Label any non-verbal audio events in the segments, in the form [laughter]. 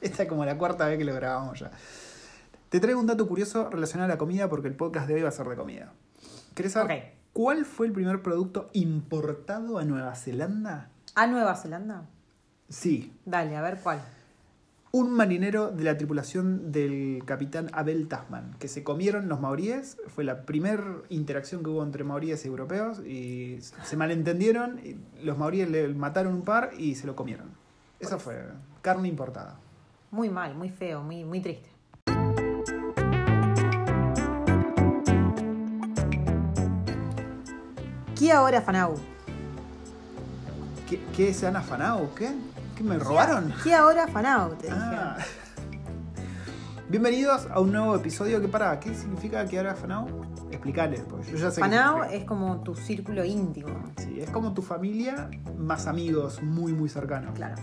Esta es como la cuarta vez que lo grabamos ya. Te traigo un dato curioso relacionado a la comida porque el podcast de hoy va a ser de comida. ¿Querés saber Ok. cuál fue el primer producto importado a Nueva Zelanda? ¿A Nueva Zelanda? Sí, Dale, a ver cuál. un marinero de la tripulación del capitán Abel Tasman, que se comieron los maoríes, fue la primera interacción que hubo entre maoríes y europeos, y se malentendieron, y los maoríes le mataron un par y se lo comieron. Esa fue carne importada. Muy mal, muy feo, muy, muy triste. ¿Qué ahora, Fanau? ¿Qué, qué se han afanado? o ¿Qué? ¿Qué me robaron? ¿Qué ahora, Fanau? Te dije. Ah. Bienvenidos a un nuevo episodio que para, ¿qué significa que ahora Fanao? Explicales, porque yo ya sé qué Fanao significa. es como tu círculo íntimo. Sí, es como tu familia más amigos muy muy cercanos. Claro.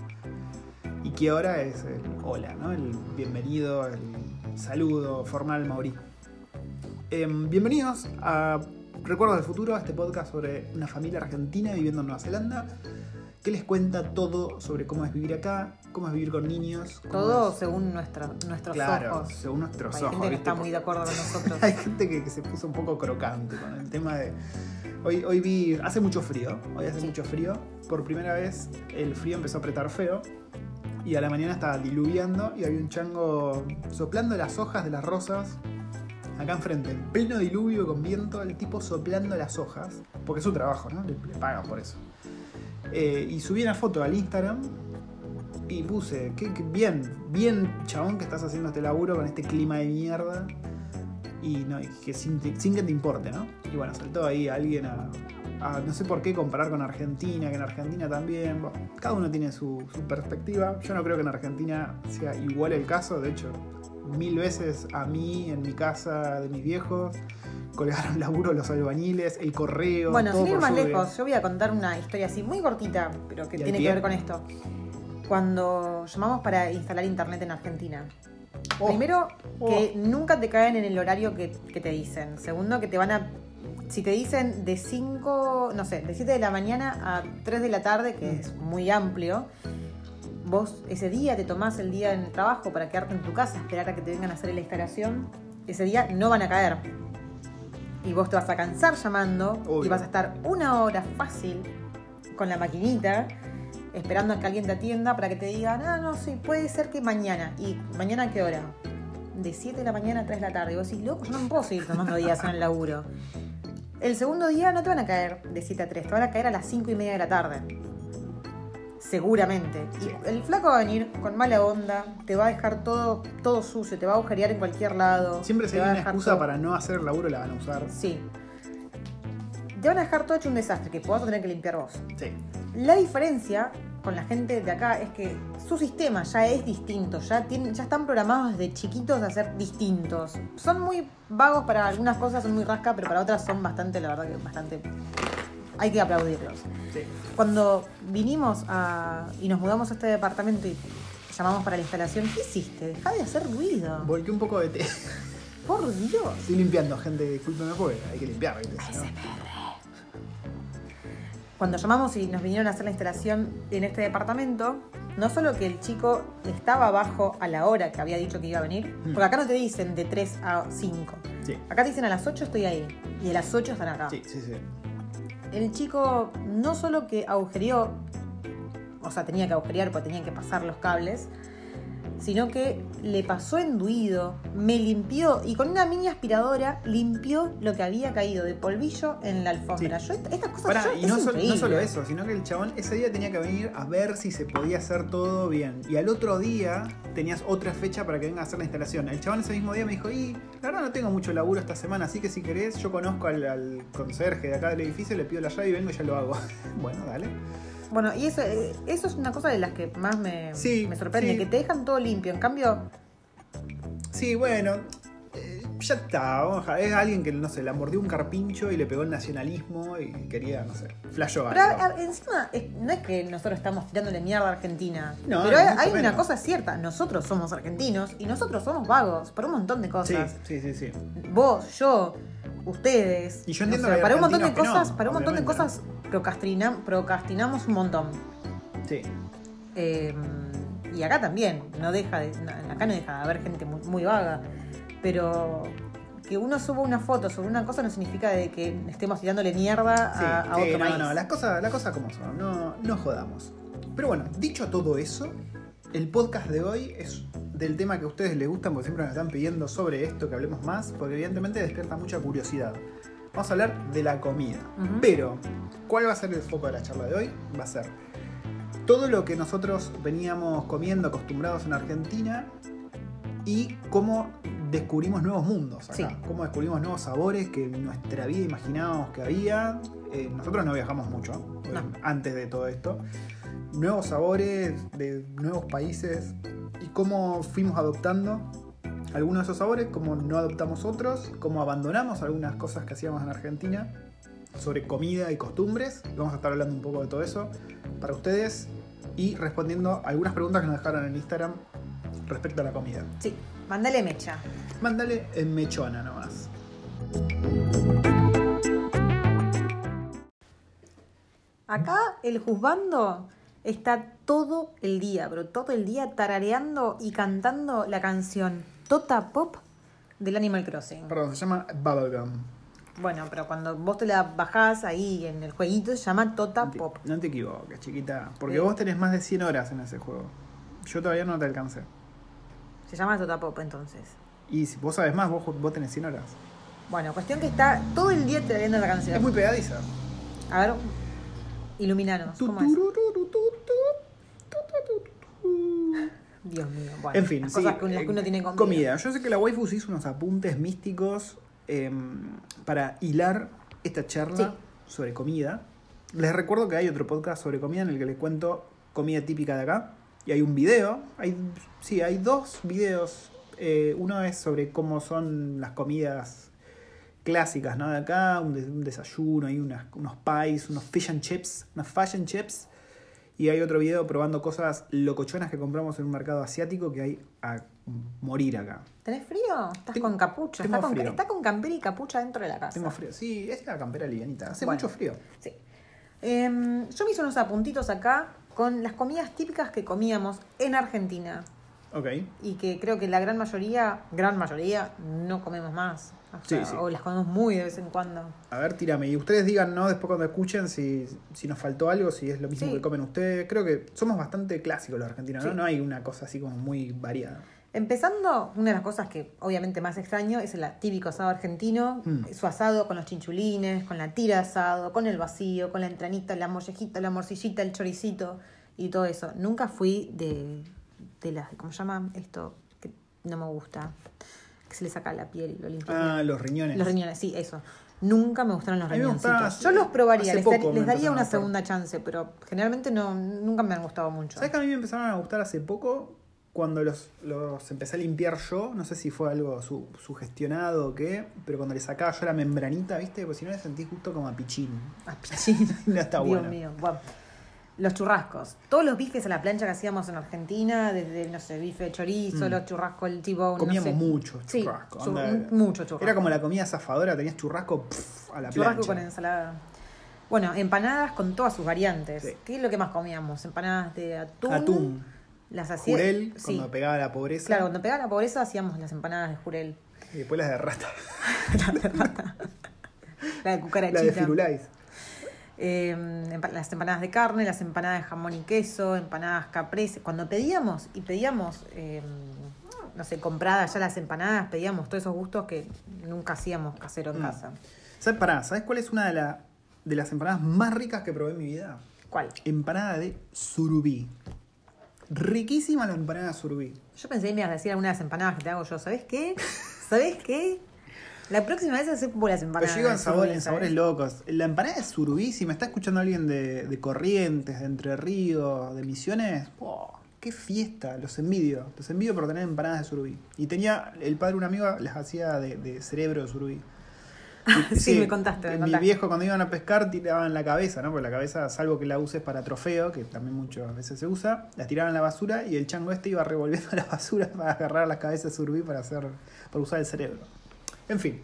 Y que ahora es el hola, ¿no? El bienvenido, el saludo formal maurí. Em, bienvenidos a Recuerdos del Futuro, a este podcast sobre una familia argentina viviendo en Nueva Zelanda, que les cuenta todo sobre cómo es vivir acá, cómo es vivir con niños. cómo Todo es- según nuestra- nuestros Claro, ojos. según nuestros Hay ojos. gente que ¿viste? está muy de acuerdo con nosotros. [laughs] Hay gente que, que se puso un poco crocante con el tema de. Hoy, hoy vi. Hace mucho frío. Hoy hace Sí. mucho frío. Por primera vez el frío empezó a apretar feo. Y a la mañana estaba diluviando y había un chango soplando las hojas de las rosas. Acá enfrente, en pleno diluvio con viento, el tipo soplando las hojas. Porque es su trabajo, ¿no? Le, le pagan por eso. Eh, y subí una foto al Instagram y puse, qué, qué bien, bien chabón que estás haciendo este laburo con este clima de mierda. Y no, y que sin, te- sin que te importe, ¿no? Y bueno, saltó ahí alguien a, a no sé por qué comparar con Argentina, que en Argentina también, bueno, cada uno tiene su, su perspectiva. Yo no creo que en Argentina sea igual el caso, de hecho, mil veces a mí, en mi casa, de mis viejos, colgaron [laughs] laburo los albañiles, el correo. Bueno, todo sin ir por más lluvia. lejos, yo voy a contar una historia así muy cortita, pero que ¿Y al tiene que pie? ver con esto. Cuando llamamos para instalar internet en Argentina, Oh, primero oh. que nunca te caen en el horario que, que te dicen. Segundo que te van a... Si te dicen de 5, no sé, de 7 de la mañana a 3 de la tarde, que Mm. es muy amplio, vos ese día te tomás el día en el trabajo para quedarte en tu casa, esperar a que te vengan a hacer la instalación, ese día no van a caer. Y vos te vas a cansar llamando y Obvio. vas a estar una hora fácil con la maquinita esperando a que alguien te atienda para que te digan, ah, no, sí, puede ser que mañana. ¿Y mañana a qué hora? De 7 de la mañana a 3 de la tarde. Y vos decís, loco, yo no puedo seguir tomando días en el laburo. El segundo día no te van a caer de 7 a 3, te van a caer a las 5 y media de la tarde. Seguramente. Sí. Y el flaco va a venir con mala onda, te va a dejar todo, todo sucio, te va a agujerear en cualquier lado. Siempre se te da va a una dejar excusa todo- para no hacer el laburo, la van a usar. Sí. Te van a dejar todo hecho un desastre que vas a tener que limpiar vos. Sí. La diferencia con la gente de acá es que su sistema ya es distinto, ya, tienen- ya están programados desde chiquitos a ser distintos. Son muy vagos para algunas cosas, son muy rasca, pero para otras son bastante, la verdad que bastante... Hay que aplaudirlos. Sí. Cuando vinimos a- y nos mudamos a este departamento y llamamos para la instalación, ¿qué hiciste? Deja de hacer ruido. Volqué un poco de té. Por Dios. [laughs] Estoy limpiando, gente, discúlpeme porque hay que limpiar, ¿viste? Si no- Cuando llamamos y nos vinieron a hacer la instalación en este departamento, no solo que el chico estaba abajo a la hora que había dicho que iba a venir, Mm. porque acá no te dicen de 3 a 5. Sí. Ah, Acá te dicen a las 8 estoy ahí y a las 8 están acá. Sí, sí, sí. El chico no solo que agujereó, o sea, tenía que agujerear porque tenían que pasar los cables, sino que le pasó enduido, me limpió y con una mini aspiradora limpió lo que había caído de polvillo en la alfombra. Sí. Yo, est- estas cosas Pará, yo- y es no, sol- no increíble. solo eso, sino que el chabón ese día tenía que venir a ver si se podía hacer todo bien. Y al otro día tenías otra fecha para que venga a hacer la instalación. El chabón ese mismo día me dijo, y la verdad no tengo mucho laburo esta semana, así que si querés, yo conozco al, al conserje de acá del edificio, le pido la llave y vengo y ya lo hago. [laughs] bueno, dale. Bueno, y eso, eh, eso es una cosa de las que más me, Sí, me sorprende, sí. que te dejan todo limpio. En cambio, Sí, bueno. eh, Ya está, vamos a dejar. Es alguien que, no sé, la mordió un carpincho y le pegó el nacionalismo y quería, no sé, flasheó pero algo. a- a- encima es- no es que nosotros estamos tirándole mierda a Argentina, No, pero ni hay, mucho hay una menos. cosa cierta, nosotros somos argentinos y nosotros somos vagos por un montón de Sí, cosas. sí, sí, sí. Vos, yo, ustedes. Y yo entiendo que hay para un montón de argentinos que cosas, no, para un montón de obviamente, cosas procrastina- procrastinamos un montón. Sí. Eh, y acá también, no deja de, no, acá no deja de haber gente muy, muy vaga, pero que uno suba una foto sobre una cosa no significa de que estemos tirándole mierda Sí, a, a sí, otro no, país. no, las cosas, las cosas como son, no, no jodamos. Pero bueno, dicho todo eso, el podcast de hoy es del tema que a ustedes les gustan, porque siempre nos están pidiendo sobre esto que hablemos más, porque evidentemente despierta mucha curiosidad. Vamos a hablar de la comida. Ujú. Pero, ¿cuál va a ser el foco de la charla de hoy? Va a ser todo lo que nosotros veníamos comiendo, acostumbrados en Argentina, y cómo descubrimos nuevos mundos acá. Sí. Cómo descubrimos nuevos sabores que en nuestra vida imaginábamos que había. Eh, nosotros no viajamos mucho eh, No. antes de todo esto. Nuevos sabores de nuevos países y cómo fuimos adoptando algunos de esos sabores, cómo no adoptamos otros, cómo abandonamos algunas cosas que hacíamos en Argentina sobre comida y costumbres. Y Vamos a estar hablando un poco de todo eso para ustedes y respondiendo algunas preguntas que nos dejaron en Instagram respecto a la comida. Sí, mandale mecha. Mándale en mechona nomás. Acá el juzgando está todo el día, pero todo el día tarareando y cantando la canción Tota Pop del Animal Crossing. Perdón, se llama Bubblegum. Bueno, pero cuando vos te la bajás ahí en el jueguito se llama Tota No te- Pop. No te equivoques, chiquita. Porque Sí. vos tenés más de 100 horas en ese juego. Yo todavía no te alcancé. Se llama Tota Pop entonces. Y si vos sabes más, vos, vos tenés 100 horas. Bueno, cuestión que está todo el día tarareando la Es canción. muy pegadiza. A ver, iluminanos, ¿cómo es? Turururu, tu, tu, tu, tu, tu, tu. Dios mío, bueno. En fin, las cosas sí, con las que uno eh, tiene comida. Yo sé que la waifu se hizo unos apuntes místicos em, para hilar esta charla Sí. sobre comida. Les recuerdo que hay otro podcast sobre comida en el que les cuento comida típica de acá. Y hay un video, hay, sí, hay dos videos. Eh, uno es sobre cómo son las comidas clásicas ¿no? de acá, un, des- un desayuno, hay unas- unos pies, unos fish and chips, unas fish and chips. Y hay otro video probando cosas locochonas que compramos en un mercado asiático que hay a morir acá. ¿Tenés frío? ¿Estás Tengo- con capucha? tengo ¿Está con, frío. está con campera y capucha dentro de la casa. Tengo frío. Sí, es la campera livianita. Hace Bueno. mucho frío. Sí. Em, yo me hice unos apuntitos acá con las comidas típicas que comíamos en Argentina Ok. y que creo que la gran mayoría, gran mayoría, no comemos más. O, sea, Sí, sí. o las comemos muy de vez en cuando. A ver, tírame. Y ustedes digan, ¿no? Después cuando escuchen si, si nos faltó algo, si es lo mismo Sí. que comen ustedes. Creo que somos bastante clásicos los argentinos, ¿no? Sí. No hay una cosa así como muy variada. Empezando, una de las cosas que obviamente más extraño es el típico asado argentino, Mm. su asado con los chinchulines, con la tira de asado, con el vacío, con la entranita, la mollejita, la morcillita, el choricito y todo eso. Nunca fui de, de las, ¿cómo se llama esto? Que no me gusta, que se le saca la piel, lo limpia. Ah, los riñones. los riñones, sí, eso. Nunca me gustaron los A mí me riñones. gustaban Yo hace- los probaría, hace les, dar- poco me les daría empezaron a una gustar. segunda chance, pero generalmente no, nunca me han gustado mucho. ¿Sabes que a mí me empezaron a gustar hace poco? Cuando los, los empecé a limpiar yo, no sé si fue algo su- sugestionado o qué, pero cuando le sacaba yo la membranita, ¿viste? Porque si no le sentís justo como a pichín. [laughs] Ah, pichín. No está Dios bueno. mío. Bueno, los churrascos. Todos los bifes a la plancha que hacíamos en Argentina, desde, no sé, bife de chorizo, Mm. los churrascos, el tipo. Comíamos no sé. mucho Sí, churrasco. chur- onda. mu- mucho churrasco. Era como la comida zafadora, tenías churrasco pf, a la Churrasco plancha. con ensalada. Bueno, empanadas con todas sus variantes. Sí. ¿Qué es lo que más comíamos? Empanadas de atún. Atún, Las hacíamos. jurel, sí. cuando pegaba la pobreza. Claro, cuando pegaba la pobreza hacíamos las empanadas de jurel. [laughs] Y después las de rata, La de [laughs] cucarachita. la de firulais. Eh, empa- las empanadas de carne, las empanadas de jamón y queso, empanadas caprese. Cuando pedíamos y pedíamos, eh, no sé, compradas ya las empanadas, pedíamos todos esos gustos que nunca hacíamos casero en Mm. casa. ¿Sabes, pará, ¿sabes cuál es una de, la- de las empanadas más ricas que probé en mi vida? ¿Cuál? Empanada de surubí. Riquísima la empanada de surubí. Yo pensé que me ibas a decir alguna de las empanadas que te hago yo. ¿Sabés qué? ¿Sabés qué? La próxima vez hacemos las Pero empanadas. llegan de sabores, surubí, sabores ¿sabés? locos. La empanada de surubí, si me está escuchando alguien de, de Corrientes, de Entre Ríos, de Misiones, ¡buah! ¡Qué fiesta! Los envidio. Los envidio por tener empanadas de surubí. Y tenía, el padre de una amiga las hacía de, de cerebro de [laughs] surubí. Y- Sí, me contaste, me Mi contaste. viejo cuando iban a pescar tiraban la cabeza, ¿no? Porque la cabeza, salvo que la uses para trofeo, que también muchas veces se usa, la tiraban a la basura y el chango este iba revolviendo [laughs] la basura para agarrar las cabezas de surubí para hacer, para usar el cerebro. En fin.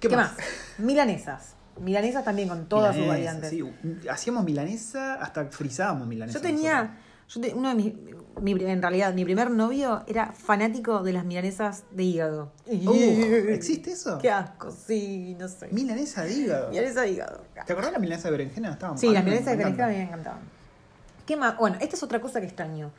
¿Qué, más? Milanesas. Milanesas también con todas sus Milanesa, variantes. sí. Hacíamos milanesa, hasta frizábamos milanesa. Yo tenía nosotros. Yo te- uno de mis, mi- en realidad, mi primer novio era fanático de las milanesas de hígado. Uh, ¿Existe eso? Qué asco, sí, no sé. Milanesa de hígado. Milanesa de hígado. ¿Te acordás de la milanesa de berenjena? Estaba- a Sí, mí las Ah, me- milanesas de me encanta. berenjena me encantaban. ¿Qué más? Bueno, esta es otra cosa que extraño.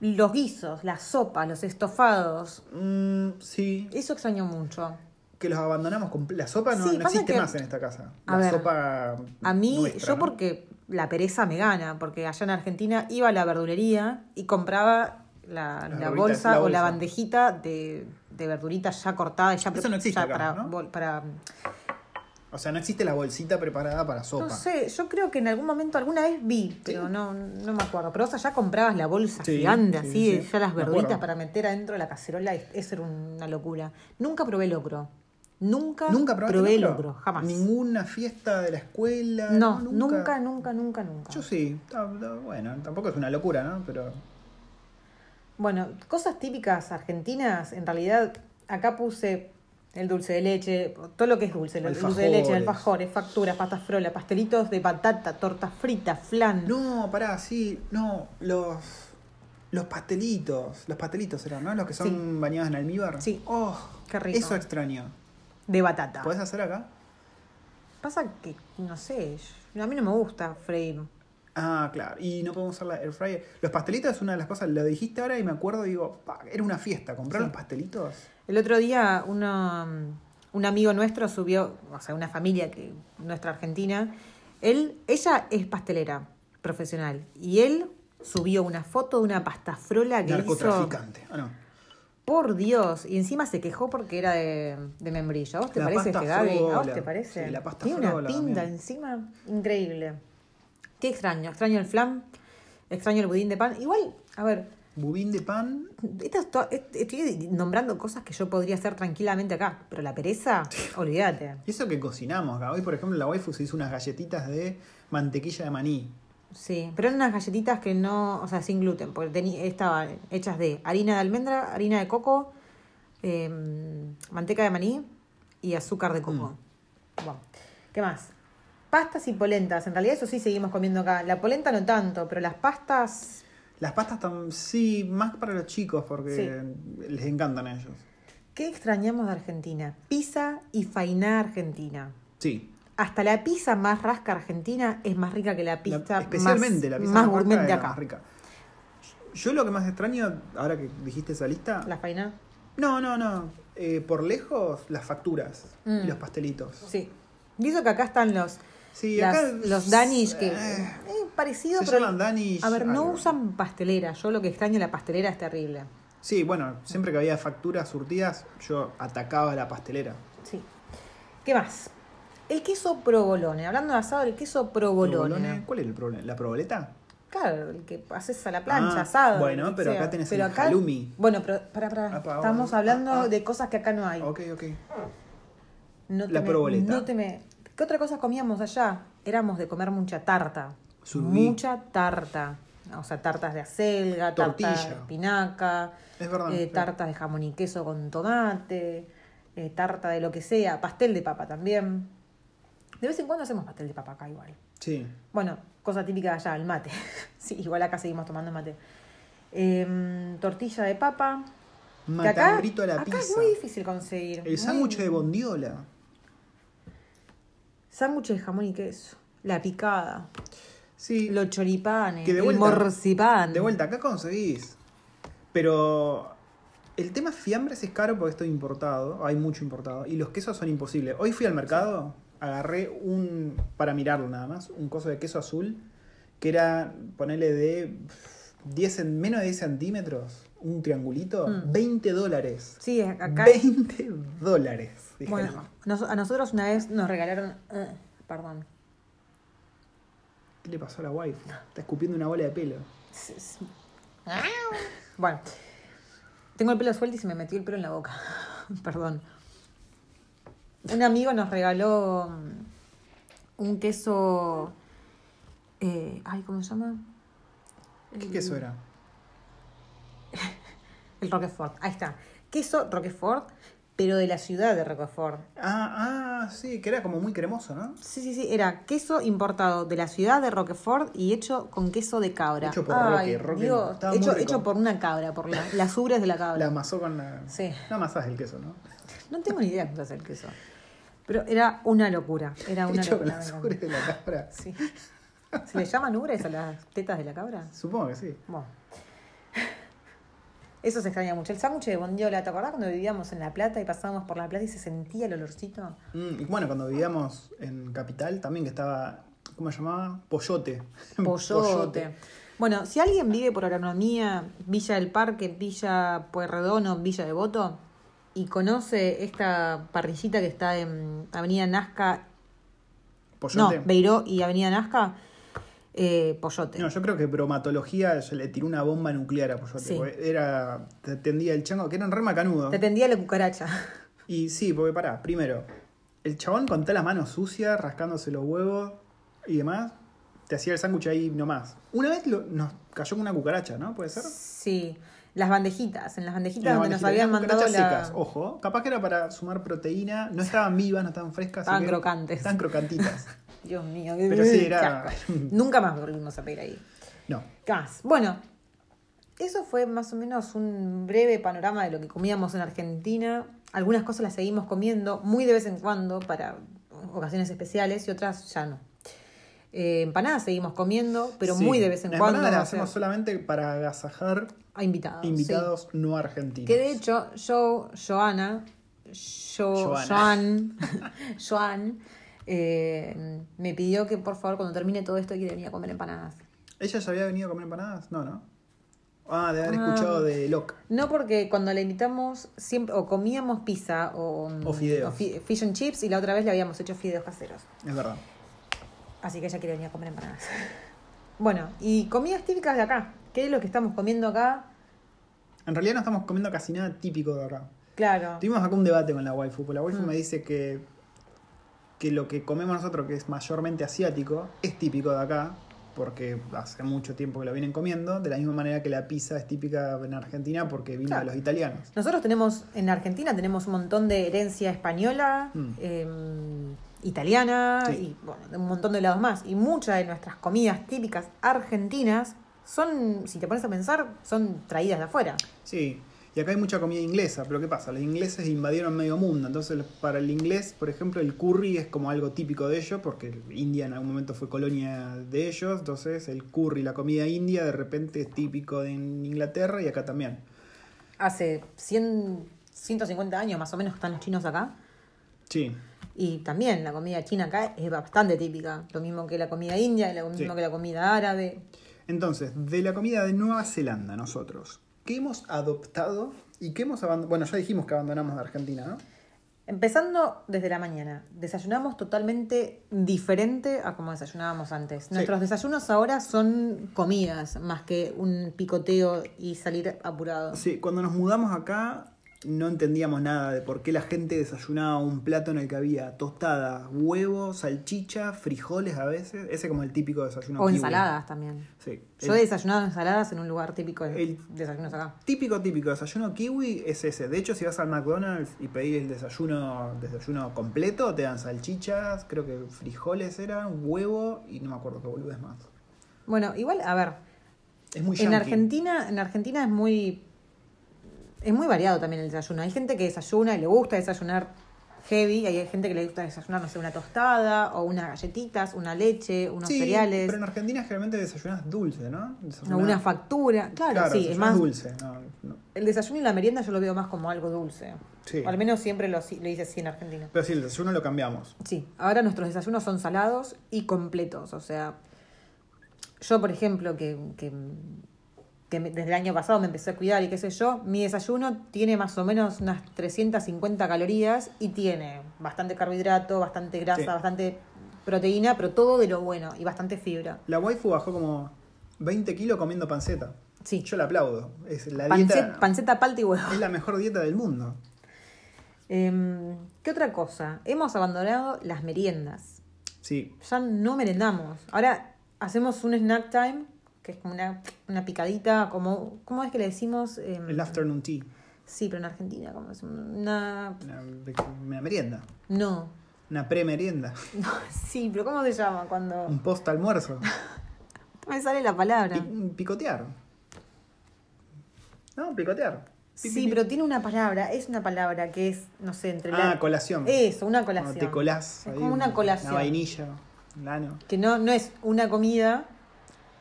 Los guisos, las sopas, los estofados. Mm, sí, Eso extraño mucho. que los abandonamos. con La sopa no, Sí, no pasa existe que- más en esta casa. A La ver, sopa. A mí, nuestra, yo ¿no? porque la pereza me gana, porque allá en Argentina iba a la verdulería y compraba Las la, la verduritas, bolsa la o la bolsa. bandejita de, de verduritas ya cortada y ya, pre- Eso no existe ya acá, para, ¿no? bol- para- O sea, no existe la bolsita preparada para sopa. No sé, yo creo que en algún momento alguna vez vi, pero no, no me acuerdo. Pero vos allá comprabas la bolsa Sí, gigante, sí, así, sí. ya las Me verduritas acuerdo. para meter adentro de la cacerola, es- eso era una locura. Nunca probé locro. Nunca, ¿Nunca probaste probé locro? locro, jamás. Ninguna fiesta de la escuela. No, nunca, nunca, nunca, nunca. Yo sí. Ta- ta- Bueno, tampoco es una locura, ¿no? Pero. Bueno, cosas típicas argentinas, en realidad acá puse el dulce de leche, todo lo que es dulce, el dulce de leche, Alfajores. alfajores, facturas, pastas frolas, pastelitos de patata, tortas fritas, flan. No, pará, sí. No, los. Los pastelitos. Los pastelitos eran, ¿no? Los que son Sí. bañados en almíbar. Sí. Oh, Qué rico. Eso Pues- extraño. De batata. ¿Podés hacer acá? Pasa que, no sé, yo- a mí no me gusta freír. Ah, claro. Y no podemos usar la air fryer. Los pastelitos es una de las cosas. Lo dijiste ahora y me acuerdo, digo, pa, era una fiesta. Comprar Sí. los pastelitos. El otro día uno- un amigo nuestro subió, o sea, una familia que nuestra argentina, él, ella es pastelera profesional y él subió una foto de una pasta frola que Ah, hizo Narcotraficante. Ah, no. Por Dios, y encima se quejó porque era de, de membrillo. ¿A vos te La parece pasta este Gaby? ¿A vos frola. te parece? Sí, la pasta Tiene una frola pinta también. encima increíble. Qué extraño, extraño el flan, extraño el budín de pan. Igual, a ver, Budín de pan. estas to- est- estoy nombrando cosas que yo podría hacer tranquilamente acá, pero la pereza, olvídate. Y eso que cocinamos. acá. Hoy, por ejemplo, la waifu se hizo unas galletitas de mantequilla de maní. Sí, pero eran unas galletitas que no, o sea, sin gluten, porque teni- estaban hechas de harina de almendra, harina de coco, eh, manteca de maní y azúcar de Mm. coco. Bueno, ¿qué más? Pastas y polentas, en realidad eso sí seguimos comiendo acá. La polenta no tanto, pero las pastas, Las pastas tan. Sí, más para los chicos porque les encantan a ellos. ¿qué extrañamos de Argentina? Pizza y fainá argentina. Sí. Hasta la pizza más rasca argentina es más rica que la La- pizza especialmente más, la pizza más rasca gourmet es de la acá. más rica. Yo lo que más extraño, ahora que dijiste esa lista, La fainá, No, no, no. Eh, por lejos, las facturas Mm. y los pastelitos. sí. Y eso que acá están los Sí, Las- acá. los Danish que eh, eh, parecido se pero llaman Danish. a ver no algo. usan pastelera yo lo que extraño la pastelera es terrible Sí, bueno, siempre que había facturas surtidas, yo atacaba a la pastelera. sí qué más el queso provolone hablando de asado el queso provolone, Provolone, ¿Cuál es el problema? ¿La proboleta? claro el que haces a la plancha Ah, asado bueno, lo que pero sea. acá tenés Pero el halloumi. bueno pero para, para, Apa, estamos bueno. hablando Ah, ah. de cosas que acá no hay Ok, ok. no te la me- provoleta. no te me- qué otra cosa comíamos allá éramos de comer mucha tarta Surubí. mucha tarta o sea tartas de acelga tartas de Tortilla. espinaca Es verdad. Eh, sí. tartas de jamón y queso con tomate, eh, tarta de lo que sea, pastel de papa también. De vez en cuando hacemos pastel de papa acá igual. Sí. Bueno, cosa típica de allá, el mate. [laughs] sí, igual acá seguimos tomando mate. Em, tortilla de papa. que acá- Matambrito a la acá pizza. es muy difícil conseguir. muy- el sándwich de bondiola. Sándwich de jamón y queso. La picada. Sí. Los choripanes. Que de el vuelta- morcipán. De vuelta, acá conseguís. Pero el tema fiambres es caro porque esto es importado, hay mucho importado, y los quesos son imposibles. Hoy fui al mercado, agarré un, para mirarlo nada más, un coso de queso azul, que era, ponele de 10 en, menos de 10 centímetros, un triangulito, Mm. 20 dólares. Sí, acá. 20 dólares. dije. Bueno, nos- a nosotros una vez nos regalaron. eh, perdón. ¿Qué le pasó a la wife? Está escupiendo una bola de pelo. Bueno, tengo el pelo suelto y se me metió el pelo en la boca. [laughs] Perdón. Un amigo nos regaló mm, un queso. eh, ay, ¿cómo se llama? Mm. ¿Qué queso era? El Roquefort. Ahí está. Queso Roquefort pero de la ciudad de Roquefort. Ah, ah, sí, que era como muy cremoso, ¿no? Sí, sí, sí, era queso importado de la ciudad de Roquefort y hecho con queso de cabra. Hecho por Roque, Roque digo, estaba muy hecho, rico. hecho por una cabra, por la- las ubres de la cabra. La amasó con la. Sí. No amasás el queso, ¿no? No tengo ni idea de hacer queso. Pero era una locura, era [laughs] Ah, una Hecho con locura. las me ubres de la cabra. encanta. Sí. ¿Se le llaman ubres a las tetas de la cabra? Supongo que sí. Bueno. Eso se extraña mucho. El sándwich de bondiola, ¿te acordás cuando vivíamos en La Plata y pasábamos por La Plata y se sentía el olorcito? Mm, y bueno, cuando vivíamos en Capital también que estaba. ¿Cómo se llamaba? Poyote. [laughs] Pollote. Bueno, si alguien vive por agronomía, Villa del Parque, Villa Pueyrredón o Villa Devoto, y conoce esta parrillita que está en Avenida Nazca, Poyote. no, Beiró y Avenida Nazca, eh, Pollote. No, yo creo que bromatología se le tiró una bomba nuclear a Poyote. Sí. porque Era. Te tendía el chango, que eran re macanudos. Te atendía la cucaracha. [laughs] Y sí, porque pará, primero, el chabón con todas las manos sucias, rascándose los huevos y demás, te hacía el sándwich ahí nomás. Una vez lo- nos cayó con una cucaracha, ¿no? ¿Puede ser? Sí, las bandejitas, en las bandejitas Una donde nos bandejita, habían unas mandado cucarachas la... secas, oh. ojo. Capaz que era para sumar proteína, no estaban vivas, no estaban frescas. así Estaban que crocantes. Estaban [laughs] crocantitas. Dios mío, qué- Pero sí, qué era- [laughs] asco. Nunca más volvimos a pedir ahí. No. ¿Qué más? Bueno, eso fue más o menos un breve panorama de lo que comíamos en Argentina. Algunas cosas las seguimos comiendo muy de vez en cuando para ocasiones especiales y otras ya no. Eh, empanadas seguimos comiendo, pero Sí, muy de vez en las cuando. empanadas o las sea, hacemos solamente para agasajar a invitados. sí. invitados no argentinos. Que de hecho, yo, Joana, yo, Joana. [laughs] Joan, Joan, eh, me pidió que por favor cuando termine todo esto quiera venir a comer empanadas. ¿Ella ya había venido a comer empanadas? No, ¿no? Ah, de haber Ah. escuchado de Locke. No porque cuando la invitamos siempre o comíamos pizza o, O fideos. fi- fish and chips y la otra vez le habíamos hecho fideos caseros. Es verdad. Así que ella quiere venir a comer empanadas. [laughs] Bueno, y comidas típicas de acá. ¿Qué es lo que estamos comiendo acá? En realidad no estamos comiendo casi nada típico de acá. Claro. Tuvimos acá un debate con la waifu, porque la waifu me dice que, que lo que comemos nosotros, que es mayormente asiático, es típico de acá, porque hace mucho tiempo que lo vienen comiendo, de la misma manera que la pizza es típica en Argentina porque vino Claro. de los italianos. Nosotros tenemos, en Argentina tenemos un montón de herencia española, Mm. eh, italiana Sí. y bueno, de un montón de lados más. Y muchas de nuestras comidas típicas argentinas son, si te pones a pensar, son traídas de afuera. Sí, y acá hay mucha comida inglesa, pero ¿qué pasa? Los ingleses invadieron medio mundo, entonces los- para el inglés, por ejemplo, el curry es como algo típico de ellos, porque India en algún momento fue colonia de ellos, entonces el curry, la comida india, de repente es típico de Inglaterra y acá también. hace 100, 150 años más o menos que están los chinos acá. Sí, Y también la comida china acá es bastante típica. Lo mismo que la comida india, lo mismo Sí. que la comida árabe. Entonces, de la comida de Nueva Zelanda, nosotros, ¿qué hemos adoptado y qué hemos abandonado? Bueno, ya dijimos que abandonamos de Argentina, ¿no? Empezando desde la mañana, desayunamos totalmente diferente a como desayunábamos antes. Nuestros desayunos ahora son comidas más que un picoteo y salir apurado. Sí, cuando nos mudamos acá no entendíamos nada de por qué la gente desayunaba un plato en el que había tostada, huevo, salchicha, frijoles a veces. Ese como el típico desayuno. o kiwi. ensaladas también. Sí. Yo he el desayunado ensaladas en un lugar típico de el- desayunos acá. Típico, típico desayuno kiwi es ese. De hecho, si vas al McDonald's y pedís el desayuno, desayuno completo, te dan salchichas, creo que frijoles eran, huevo y no me acuerdo qué boludo es más. Bueno, igual, a ver, Es muy En yankee. Argentina, en Argentina es muy es muy variado también el desayuno. Hay gente que desayuna y le gusta desayunar heavy, y hay gente que le gusta desayunar, no sé, una tostada o unas galletitas, una leche, unos Sí, cereales, Pero en Argentina generalmente desayunas dulce, ¿no? Desayunás- o una factura. Claro, Claro, sí, es desayunás más dulce. no, no. el desayuno y la merienda yo lo veo más como algo dulce. Sí. O al menos siempre lo, lo hice así en Argentina. Pero sí, el desayuno lo cambiamos. Sí, ahora nuestros desayunos son salados y completos. O sea, yo, por ejemplo, que, que- que me- desde el año pasado me empecé a cuidar y qué sé yo, mi desayuno tiene más o menos unas 350 calorías y tiene bastante carbohidrato, bastante grasa, Sí. bastante proteína, pero todo de lo bueno y bastante fibra. La waifu bajó como 20 kilos comiendo panceta. Sí. Yo la aplaudo. Es la Pancet- dieta. panceta, palta y huevo. Es la mejor dieta del mundo. Em, ¿Qué otra cosa? Hemos abandonado las meriendas. Sí. ya no merendamos. Ahora hacemos un snack time, que es como una, una picadita, como, ¿cómo es que le decimos? Em, El afternoon tea. Sí, pero en Argentina, como es una. Una, una merienda. No. [laughs] Una premerienda. No, sí, pero ¿cómo se llama cuando.? Un post [laughs] almuerzo. No me sale la palabra. picotear. No, picotear. Pi- Sí, pi- pero tiene una palabra, es una palabra que es, no sé, entre Ah, la. Eh, colación. Eso, una Cuando colación. te colás. Es ahí como un- una colación. Una vainilla. un ano. Que no, no es una comida,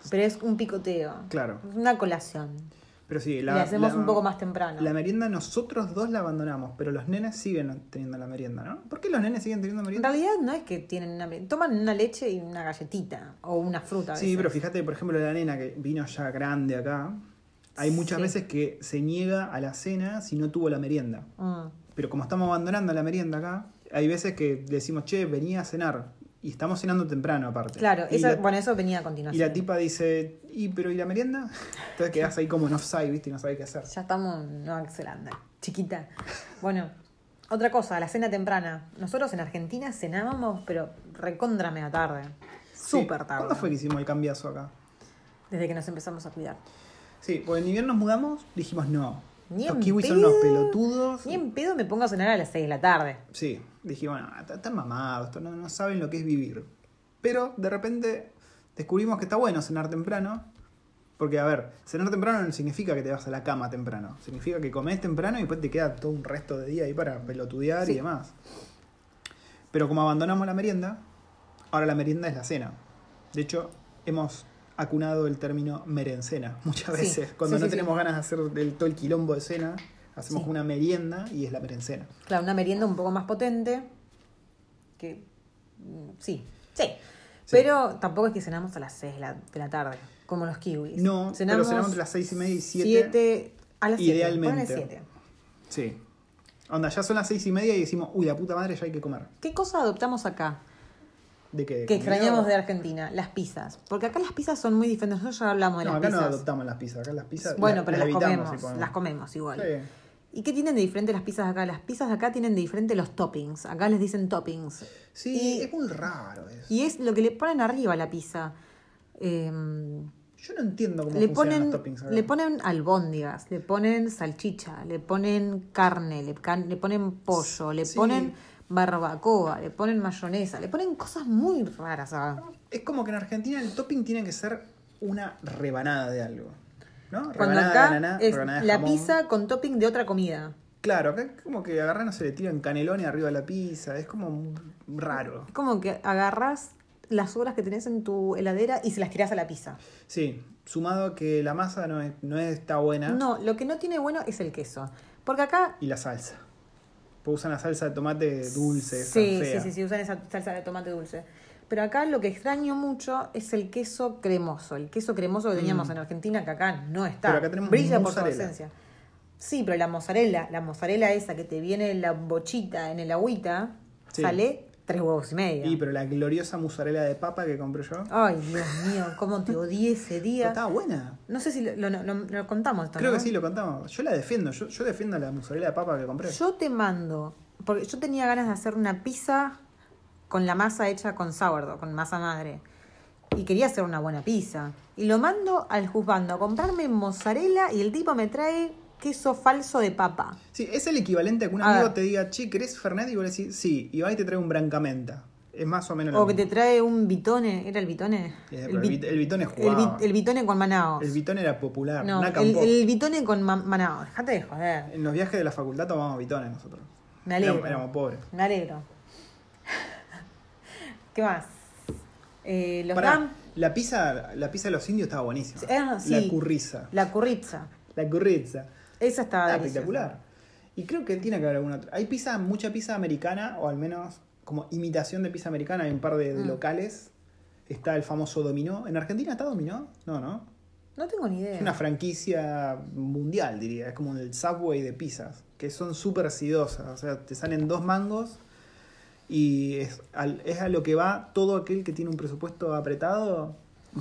pero es un picoteo. Claro. Es una colación. Pero sí, Y la. la hacemos la- un poco más temprano. La merienda nosotros dos la abandonamos, pero los nenes siguen teniendo la merienda, ¿no? ¿Por qué los nenes siguen teniendo En merienda? realidad no es que tienen una. Toman una leche y una galletita o una fruta. a Sí, veces. pero fíjate, por ejemplo, la nena que vino ya grande acá, hay muchas Sí. veces que se niega a la cena si no tuvo la merienda. Mm. Pero como estamos abandonando la merienda acá, hay veces que le decimos, che, venía a cenar. Y estamos cenando temprano aparte. Claro, y esa- la, bueno, eso venía a y continuación. la tipa dice, ¿y pero y la merienda? [laughs] Entonces quedás ahí como en offside, ¿viste? Y no sabés qué hacer. Ya estamos en Nueva Zelanda, chiquita. Bueno, otra cosa, la cena temprana. Nosotros en Argentina cenábamos, pero recontra mega tarde. Súper Sí. tarde. ¿Cuándo fue que hicimos el cambiazo acá? Desde que nos empezamos a cuidar. Sí, porque ni bien nos mudamos, dijimos no. Ni Los en kiwis son unos pedo. pelotudos. Ni en pedo me pongo a cenar a las 6 de la tarde. Sí, dijimos, no, está- están mamados, esto no, no saben lo que es vivir. Pero de repente descubrimos que está bueno cenar temprano. Porque, a ver, cenar temprano no significa que te vas a la cama temprano. Significa que comes temprano y después te queda todo un resto de día ahí para pelotudear y Sí. demás. Pero como abandonamos la merienda, ahora la merienda es la cena. De hecho, hemos acunado el término merencena muchas Sí, veces. Cuando sí, no sí, sí. tenemos ganas de hacer el, todo el quilombo de cena, hacemos Sí. una merienda y es la merencena. Claro, una merienda un poco más potente. Que. mm, Sí, sí. Pero tampoco es que cenamos a las 6 de la, de la tarde, como los kiwis. No, pero cenamos entre las 6 y media y 7. siete- a las 7. Idealmente. Sí. Onda, ya son las seis y media y decimos, uy, la puta madre, ya hay que comer. ¿Qué cosa adoptamos acá? ¿De qué? que ¿Comida? extrañamos de Argentina, las pizzas. Porque acá las pizzas son muy diferentes. Nosotros ya hablamos de No, las acá no pizzas. adoptamos las pizzas. Acá las pizzas. bueno, la- pero las, evitamos comemos, si podemos. las comemos igual. Sí. ¿Y qué tienen de diferente las pizzas de acá? Las pizzas de acá tienen de diferente los toppings. Acá les dicen toppings. Sí, Y- es muy raro eso. Y es lo que le ponen arriba a la pizza. Em, Yo no entiendo cómo le funcionan ponen, los toppings acá. le ponen albóndigas, le ponen salchicha, le ponen carne, le, can- le ponen pollo, le Sí. ponen barbacoa, le ponen mayonesa, le ponen cosas muy raras acá. Es como que en Argentina el topping tiene que ser una rebanada de algo. ¿No? Cuando rebanada acá de banana, es rebanada de la jamón. pizza con topping de otra comida. Claro, acá como que agarran, no se le tiran canelones arriba de la pizza. Es como raro. Es como que agarras las obras que tenés en tu heladera y se las tirás a la pizza. Sí, sumado a que la masa no, es- no está buena. No, lo que no tiene bueno es el queso. Porque acá Y la salsa. Porque usan la salsa de tomate dulce, esa sí, sí, fea. sí, sí, usan esa salsa de tomate dulce. Pero acá lo que extraño mucho es el queso cremoso. El queso cremoso que teníamos en Argentina, que acá no está. Mm. Pero acá tenemos Brilla por mozzarella. su ausencia. Sí, pero la mozzarella, la mozzarella esa que te viene en la bochita, en el agüita, Sí. sale tres huevos y medio. Y, pero la gloriosa mozzarella de papa que compré yo. Ay, Dios mío, cómo te odié ese pero día. estaba buena. No sé si lo, lo- lo- lo contamos esto, Creo ¿no? que sí, lo contamos. Yo la defiendo. Yo, yo defiendo la mozzarella de papa que compré. Yo te mando, porque yo tenía ganas de hacer una pizza con la masa hecha con sourdough, con masa madre. Y quería hacer una buena pizza. Y lo mando al juzgando a comprarme mozzarella y el tipo me trae queso falso de papa. Sí, es el equivalente a que un A amigo ver. te diga, che, ¿querés Fernet? Y vos le decís, sí. Y va y te trae un brancamenta. Es más o menos lo O que te mismo. trae un bitone. ¿Era el bitone? Eh, pero el bit- bit- el bitone el bit- jugaba. el bitone con manao. El bitón era popular. No, Naca el, Pop. el bitone con ma- manao. Dejate de joder. En los viajes de la facultad tomábamos bitones nosotros. Me alegro. Éramos, éramos pobres. Me alegro. [laughs] ¿Qué más? Eh, los Pará, gam- la pizza, la pizza de los indios estaba buenísima. Sí, ah, La sí. curriza. La curritza. La curriza. Esa estaba Está Ah, deliciosa. espectacular. Y creo que tiene que haber alguna otra. Hay pizza, mucha pizza americana, o al menos como imitación de pizza americana. Hay un par de, de Mm. locales. Está el famoso Dominó. ¿En Argentina está Dominó? No, no. No tengo ni idea. Es una franquicia mundial, diría. Es como el Subway de pizzas, que son súper acidosas. O sea, te salen dos mangos y es, al- es a lo que va todo aquel que tiene un presupuesto apretado,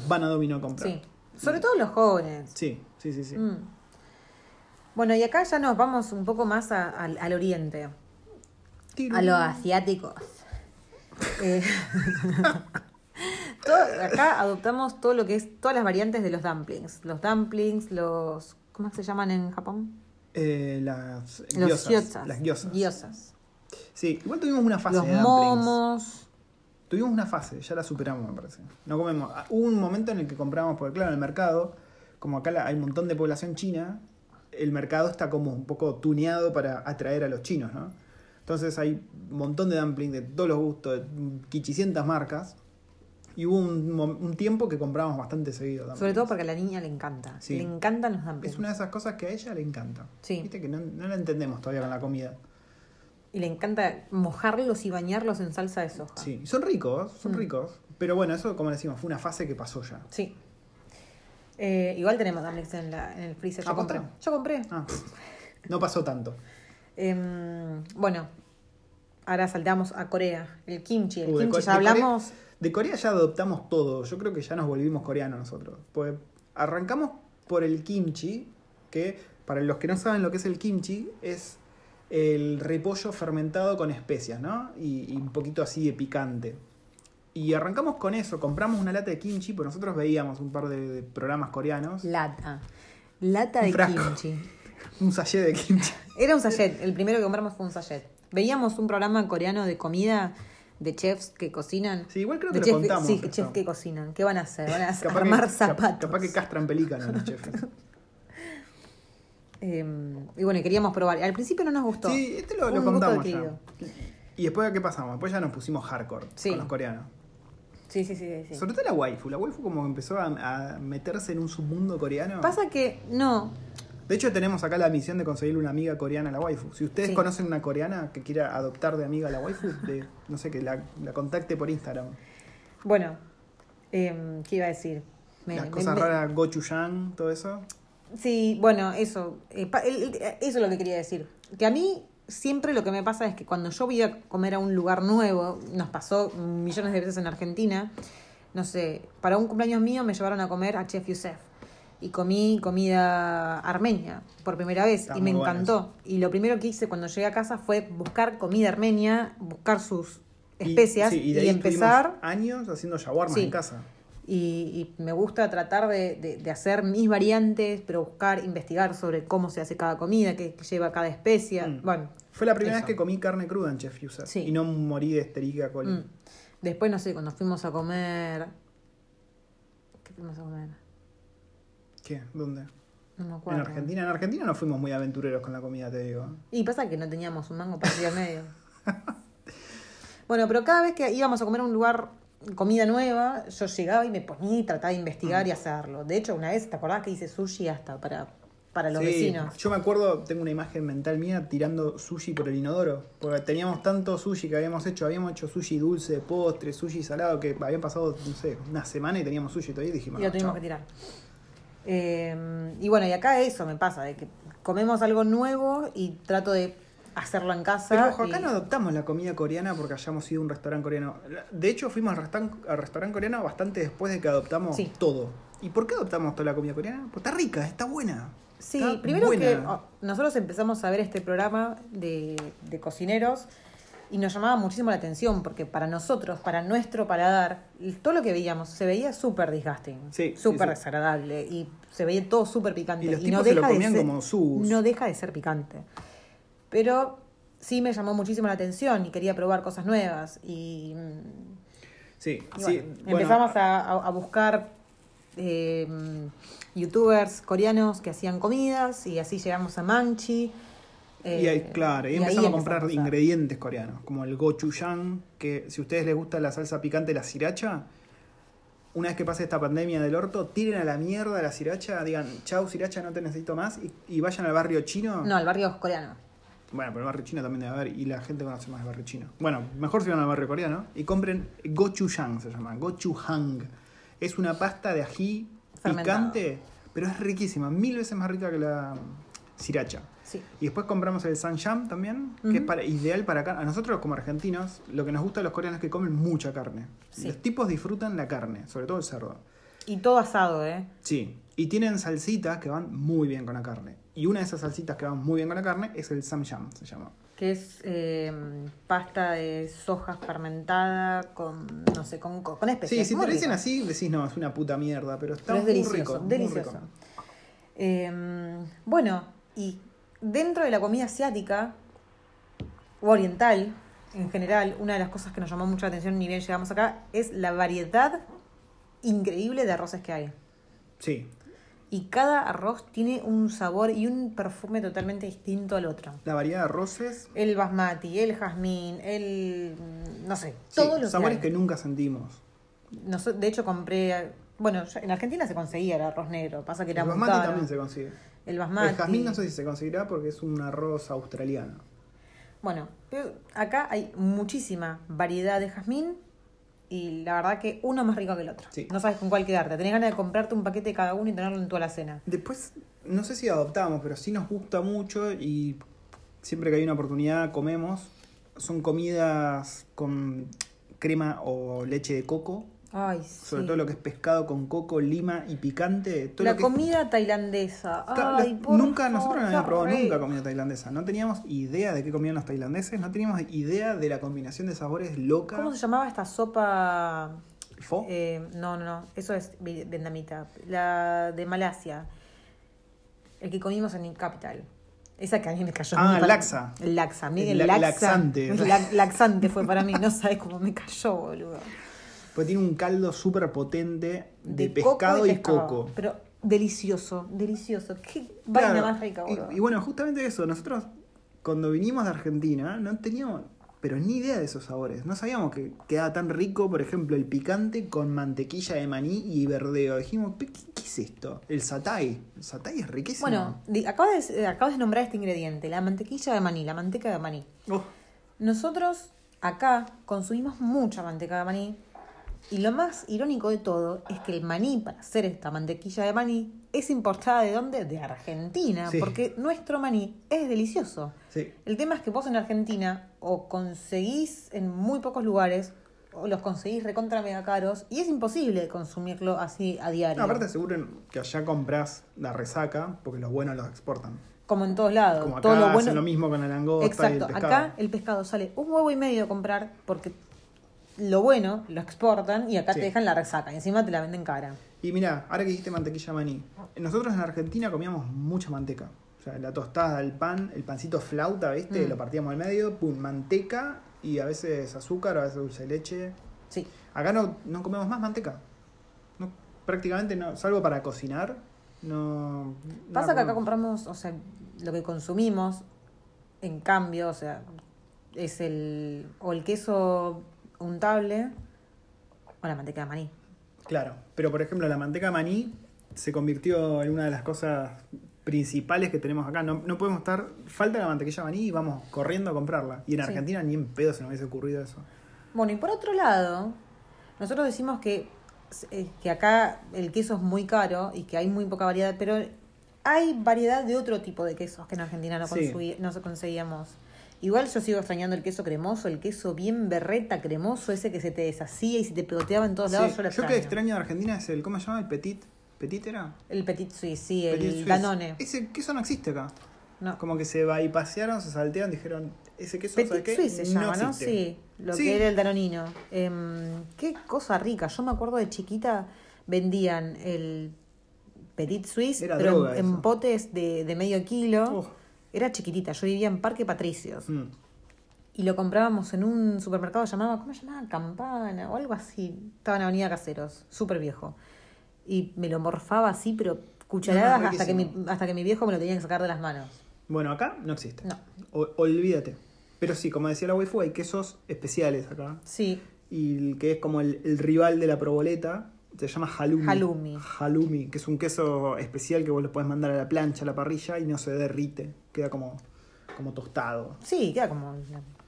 van a Dominó a comprar. Sí. Sobre todo los jóvenes. Sí, sí, sí. sí. Mm. Bueno, y acá ya nos vamos un poco más a- al, al oriente, Tiro. a los [laughs] asiáticos. Eh, [laughs] todo- acá adoptamos todo lo que es, todas las variantes de los dumplings. Los dumplings, los. ¿Cómo se llaman en Japón? Eh, las Los guiosas, gyozas. Las guiosas. Gyozas. Sí, igual tuvimos una fase Los de dumplings. momos. Tuvimos una fase, ya la superamos, me parece. No comemos. Ah, Hubo un momento en el que comprábamos, porque claro, en el mercado, como acá la- hay un montón de población china, el mercado está como un poco tuneado para atraer a los chinos, ¿no? Entonces hay un montón de dumpling de todos los gustos, de quichicientas marcas. Y hubo un, mom- un tiempo que comprábamos bastante seguido dumplings. Sobre todo porque a la niña le encanta. Sí. Le encantan los dumplings. Es una de esas cosas que a ella le encanta. Sí. Viste que no, no la entendemos todavía con la comida. Y le encanta mojarlos y bañarlos en salsa de soja. Sí, y son ricos, son Mm. ricos. Pero bueno, eso, como le decimos, fue una fase que pasó ya. Sí. Eh, igual tenemos dumplings en, la- en el freezer. Yo Ah, ¿posta? compré. Yo compré. Ah, no pasó tanto. Em, bueno, ahora saltamos a Corea. El kimchi. El Uh, de kimchi Core- ya de Corea- hablamos. De Corea ya adoptamos todo. Yo creo que ya nos volvimos coreanos nosotros. Pues arrancamos por el kimchi, que para los que no saben lo que es el kimchi, es el repollo fermentado con especias, ¿no? Y, y un poquito así de picante. Y arrancamos con eso. Compramos una lata de kimchi, pues nosotros veíamos un par de, de programas coreanos. Lata. Lata Un de frasco. kimchi. Un sachet de kimchi. Era un sachet, el primero que compramos fue un sachet. Veíamos un programa coreano de comida de chefs que cocinan. Sí, igual creo De que chef- lo contamos. sí, esto. chefs que cocinan. ¿Qué van a hacer? Van a hacer- Capaz que- armar cap- zapatos. Capaz que castran pelícanos los chefes. [laughs] Eh, y bueno, queríamos probar. Al principio no nos gustó. Sí, este lo, Fue lo un gusto contamos ya. adquirido. Y después, ¿qué pasamos? Después ya nos pusimos hardcore Sí. con los coreanos. Sí, sí, sí. sí. Sobre todo la waifu. La waifu como que empezó a, a meterse en un submundo coreano. Pasa que no. De hecho, tenemos acá la misión de conseguirle una amiga coreana a la waifu. Si ustedes Sí. conocen una coreana que quiera adoptar de amiga a la waifu, de- no sé, que la, la contacte por Instagram. Bueno, eh, ¿qué iba a decir? Me- Las me- cosas me- raras, gochujang, todo eso. Sí, bueno, eso. eh, pa- el- el- eso es lo que quería decir. Que a mí siempre lo que me pasa es que cuando yo voy a comer a un lugar nuevo, nos pasó millones de veces en Argentina, no sé, para un cumpleaños mío me llevaron a comer a Chef Youssef. Y comí comida armenia por primera vez Está y me muy bueno encantó. Y lo primero que hice cuando llegué a casa fue buscar comida armenia, buscar sus Y- especias sí, y, de ahí estuvimos empezar. años haciendo shawarma Sí. en casa. Y, y me gusta tratar de, de- de hacer mis variantes, pero buscar, investigar sobre cómo se hace cada comida, qué lleva cada especia. Mm. Bueno, Fue la primera Eso. vez que comí carne cruda en Chef Yusa. Sí. Y no morí de esterica coli. mm. después no sé, cuando fuimos a comer. ¿Qué fuimos a comer? ¿Qué? ¿Dónde? No me En acuerdo. Argentina. En Argentina no fuimos muy aventureros con la comida, te digo. Y pasa que no teníamos un mango partido al medio. [laughs] bueno, pero cada vez que íbamos a comer a un lugar comida nueva, yo llegaba y me ponía y trataba de Mm. investigar y hacerlo. De hecho, una vez, ¿te acordás que hice sushi hasta para, para los Sí, vecinos? Yo me acuerdo, tengo una imagen mental mía tirando sushi por el inodoro. Porque teníamos tanto sushi que habíamos hecho. Habíamos hecho sushi dulce, postre, sushi salado, que habían pasado, no sé, una semana y teníamos sushi todavía. Y dijimos, y lo "No, tuvimos chao". que tirar. Eh, y bueno, y acá eso me pasa, de que comemos algo nuevo y trato de hacerlo en casa. Pero ojo, acá y- no adoptamos la comida coreana porque hayamos ido a un restaurante coreano. De hecho, fuimos al, restan- al restaurante coreano bastante después de que adoptamos Sí. todo. ¿Y por qué adoptamos toda la comida coreana? Porque está rica, está buena. Sí, está primero buena. que oh, nosotros empezamos a ver este programa de, de cocineros y nos llamaba muchísimo la atención porque para nosotros, para nuestro paladar, y todo lo que veíamos se veía súper disgusting, Sí, sí, súper sí. desagradable y se veía todo súper picante. Y los no tipos se lo deja de comían ser- como sus. No deja de ser picante. Pero sí me llamó muchísimo la atención y quería probar cosas nuevas y mm, Sí, y sí. bueno, bueno, ah. empezamos a, a- a buscar eh, youtubers coreanos que hacían comidas y así llegamos a Manchi. eh, Y ahí, claro, y y ahí empezamos a comprar empezamos a- ingredientes coreanos, como el gochujang, que si a ustedes les gusta la salsa picante, la sriracha, una vez que pase esta pandemia del orto, tiren a la mierda la sriracha, digan, chau sriracha, no te necesito más, y, y vayan al barrio chino. No, al barrio coreano. Bueno, pero el barrio chino también debe haber, y la gente conoce más el barrio chino. Bueno, mejor si van al barrio coreano, y compren gochujang, se llama, gochujang. Es una pasta de ají Fermentado. picante, pero es riquísima, mil veces más rica que la sriracha. Sí. Y después compramos el San Jam también, que Ujú. es para, ideal para carne. A nosotros como argentinos, lo que nos gusta de los coreanos es que comen mucha carne. Sí. Los tipos disfrutan la carne, sobre todo el cerdo. Y todo asado, ¿eh? Sí. Y tienen salsitas que van muy bien con la carne. Y una de esas salsitas que van muy bien con la carne es el Sam Jam, se llama. Que es eh, pasta de soja fermentada con, no sé, con, con especias. Sí, si Muy te lo dicen rico. así, decís no, es una puta mierda, pero está Pero es muy delicioso, rico. muy delicioso. rico. Eh, Em, bueno, y dentro de la comida asiática o oriental, en general, una de las cosas que nos llamó mucho la atención ni bien llegamos acá es la variedad increíble de arroces que hay. Sí. Y cada arroz tiene un sabor y un perfume totalmente distinto al otro. La variedad de arroces. El basmati, el jazmín, el... mm, no sé, sí, todos los sabores que nunca sentimos. Noso- de hecho, compré. Bueno, yo- en Argentina se conseguía el arroz negro, pasa que era El muy basmati caro. también se consigue. El basmati. El jazmín no sé si se conseguirá porque es un arroz australiano. Bueno, pero acá hay muchísima variedad de jazmín y la verdad que uno más rico que el otro. Sí. No sabes con cuál quedarte. Tenés ganas de comprarte un paquete de cada uno y tenerlo en tu alacena. Después, no sé si adoptamos, pero sí nos gusta mucho y siempre que hay una oportunidad comemos. Son comidas con crema o leche de coco. Ay, sí. Sobre todo lo que es pescado con coco, lima y picante. Todo la lo que es- comida tailandesa. Ca- Ay, las- por nunca, favor, nosotros no qué habíamos probado horrible. nunca comida tailandesa. No teníamos idea de qué comían los tailandeses, no teníamos idea de la combinación de sabores loca. ¿Cómo se llamaba esta sopa? Pho. Eh, no, no, no. Eso es vi- vietnamita. La de Malasia. El que comimos en Capital. Esa que a mí me cayó. Ah, muy para- laxa. El laxa. Miguel, La- laxa. laxante. [laughs] La- laxante fue para mí. No sabes cómo me cayó, boludo. Porque tiene un caldo súper potente de, coco pescado y pescado. coco. Pero delicioso, delicioso. Qué Claro. vaina más rica, boludo. y, y bueno, justamente eso, nosotros cuando vinimos de Argentina no teníamos, pero ni idea de esos sabores. No sabíamos que quedaba tan rico, por ejemplo, el picante con mantequilla de maní y verdeo. Dijimos, "¿Qué- ¿qué, qué es esto? El satay. El satay es riquísimo. Bueno, di- acabas de, eh, acabas de nombrar este ingrediente, la mantequilla de maní, la manteca de maní. Oh, Nosotros acá consumimos mucha manteca de maní y lo más irónico de todo es que el maní para hacer esta mantequilla de maní es importada de dónde? De Argentina, Sí. porque nuestro maní es delicioso. sí. El tema es que vos en Argentina o conseguís en muy pocos lugares o los conseguís recontra mega caros y es imposible consumirlo así a diario. No, aparte seguro que allá compras la resaca porque los buenos los exportan. como en todos lados, Como acá todo lo hacen bueno lo mismo con la langosta y el Exacto, pescado. acá el pescado sale un huevo y medio a comprar porque lo bueno lo exportan y acá Sí. te dejan la resaca y encima te la venden cara. Y mirá, ahora que dijiste mantequilla maní, nosotros en Argentina comíamos mucha manteca. O sea, la tostada, el pan, el pancito flauta, ¿viste? Mm. Lo partíamos al medio, pum, manteca y a veces azúcar, a veces dulce de leche. Sí, Acá no, no comemos más manteca. No, prácticamente no, salvo para cocinar. No. pasa nada que acá comemos. compramos, o sea, lo que consumimos, en cambio, o sea, es el o el queso untable o la manteca de maní. Claro, pero por ejemplo la manteca maní se convirtió en una de las cosas principales que tenemos acá. No, no podemos estar, falta la mantequilla maní y vamos corriendo a comprarla. Y en Sí. Argentina ni en pedo se nos hubiese ocurrido eso. Bueno, y por otro lado, nosotros decimos que, eh, que acá el queso es muy caro y que hay muy poca variedad, pero hay variedad de otro tipo de quesos que en Argentina no, Sí. consumí- no conseguíamos. Igual yo sigo extrañando el queso cremoso, el queso bien berreta cremoso, ese que se te deshacía y se te pegoteaba en todos Sí, lados. Yo, lo yo extraño. que extraño de Argentina es el, ¿cómo se llama? El petit. ¿Petit era? El petit suisse, sí, el Petit Suisse. danone. Ese queso no existe acá. No. Como que se bypasearon, se saltearon, dijeron, ese queso ¿sabes Petit qué? Suisse se llama, ¿no? existe. Sí, lo Sí. que era el danonino. Em, qué cosa rica. Yo me acuerdo de chiquita vendían el Petit Suisse, Era pero droga en, en eso. potes de, de medio kilo. Uf. Era chiquitita, yo vivía en Parque Patricios. Oh, Mm. Y lo comprábamos en un supermercado llamado, ¿cómo llamaba? Campana o algo así. Estaba en Avenida Caseros, súper viejo. Y me lo morfaba así, pero cucharadas No, no, hasta, que mi, riquísimo. hasta que mi viejo me lo tenía que sacar de las manos. Bueno, acá no existe. No. O- olvídate. Pero sí, como decía la waifu, hay quesos especiales acá. Sí, y el que es como el, el rival de la proboleta, se llama halloumi. Halloumi. Halloumi, que es un queso especial que vos lo podés mandar a la plancha, a la parrilla y no se derrite, queda como, como tostado. Sí, queda como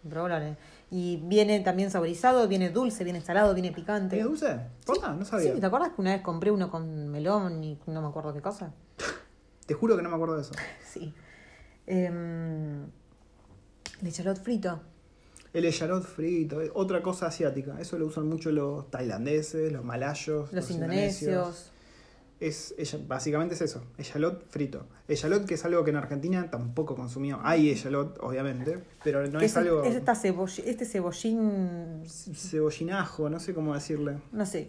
provolone. Y viene también saborizado, viene dulce, viene salado, viene picante. ¿Tenía dulce? ¿Posta? No Sí, sabía. ¿te acuerdas que una vez compré uno con melón y no me acuerdo qué cosa? Te juro que no me acuerdo de eso. Sí. Em, de charot frito. El echarot frito, es otra cosa asiática. Eso lo usan mucho los tailandeses, los malayos, Los indonesios. Es, ella- básicamente es eso, echalot frito. Echalot que es algo que en Argentina tampoco consumimos. Hay echalot, obviamente, pero no que es, algo... es esta ceboll- este cebollín, cebollinajo, no sé cómo decirle. no sé,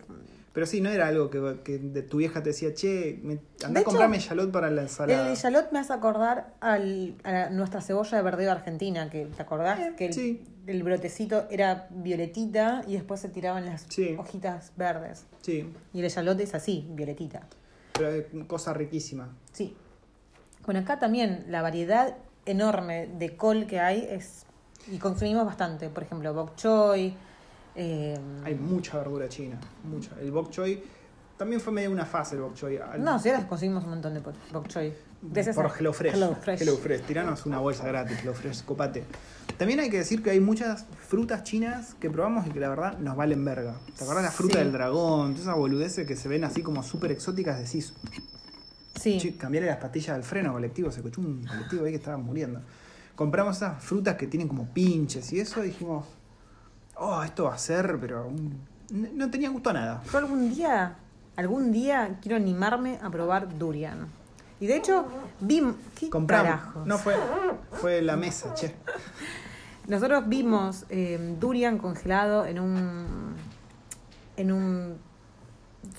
Pero sí, no era algo que, que de tu vieja te decía, che, me, De anda a hecho, comprarme yalot para la El ensalada. de Yalot me hace acordar al, a nuestra cebolla de verdeo argentina, que ¿te acordás? Eh, que el, sí. el brotecito era violetita y después se tiraban las Sí. hojitas verdes. Sí, Y el Yalot es así, violetita. pero es cosa riquísima. Sí. Bueno, acá también la variedad enorme de col que hay es. Y consumimos bastante. Por ejemplo, bok choy. eh, Hay mucha verdura china, mucha. El bok choy también fue medio una fase el bok choy. Al- no, si ahora conseguimos un montón de po- bok choy. Gracias por a HelloFresh. HelloFresh. HelloFresh, tiranos una bolsa gratis, HelloFresh, copate. También hay que decir que hay muchas frutas chinas que probamos y que la verdad nos valen verga. ¿Te acordás la fruta Sí. del dragón? Todas esas boludeces que se ven así como súper exóticas, decís, Sí. "Che, cambiarle las pastillas al freno colectivo, se escuchó un colectivo ahí que estaba muriendo. Compramos esas frutas que tienen como pinches y eso, y dijimos, oh, esto va a ser, pero un- no no tenía gusto a nada. Yo algún día, algún día quiero animarme a probar durian. Y de hecho, vimos. ¿Qué Compramos. carajos? No fue, fue la mesa, che. Nosotros vimos eh, durian congelado en un. en un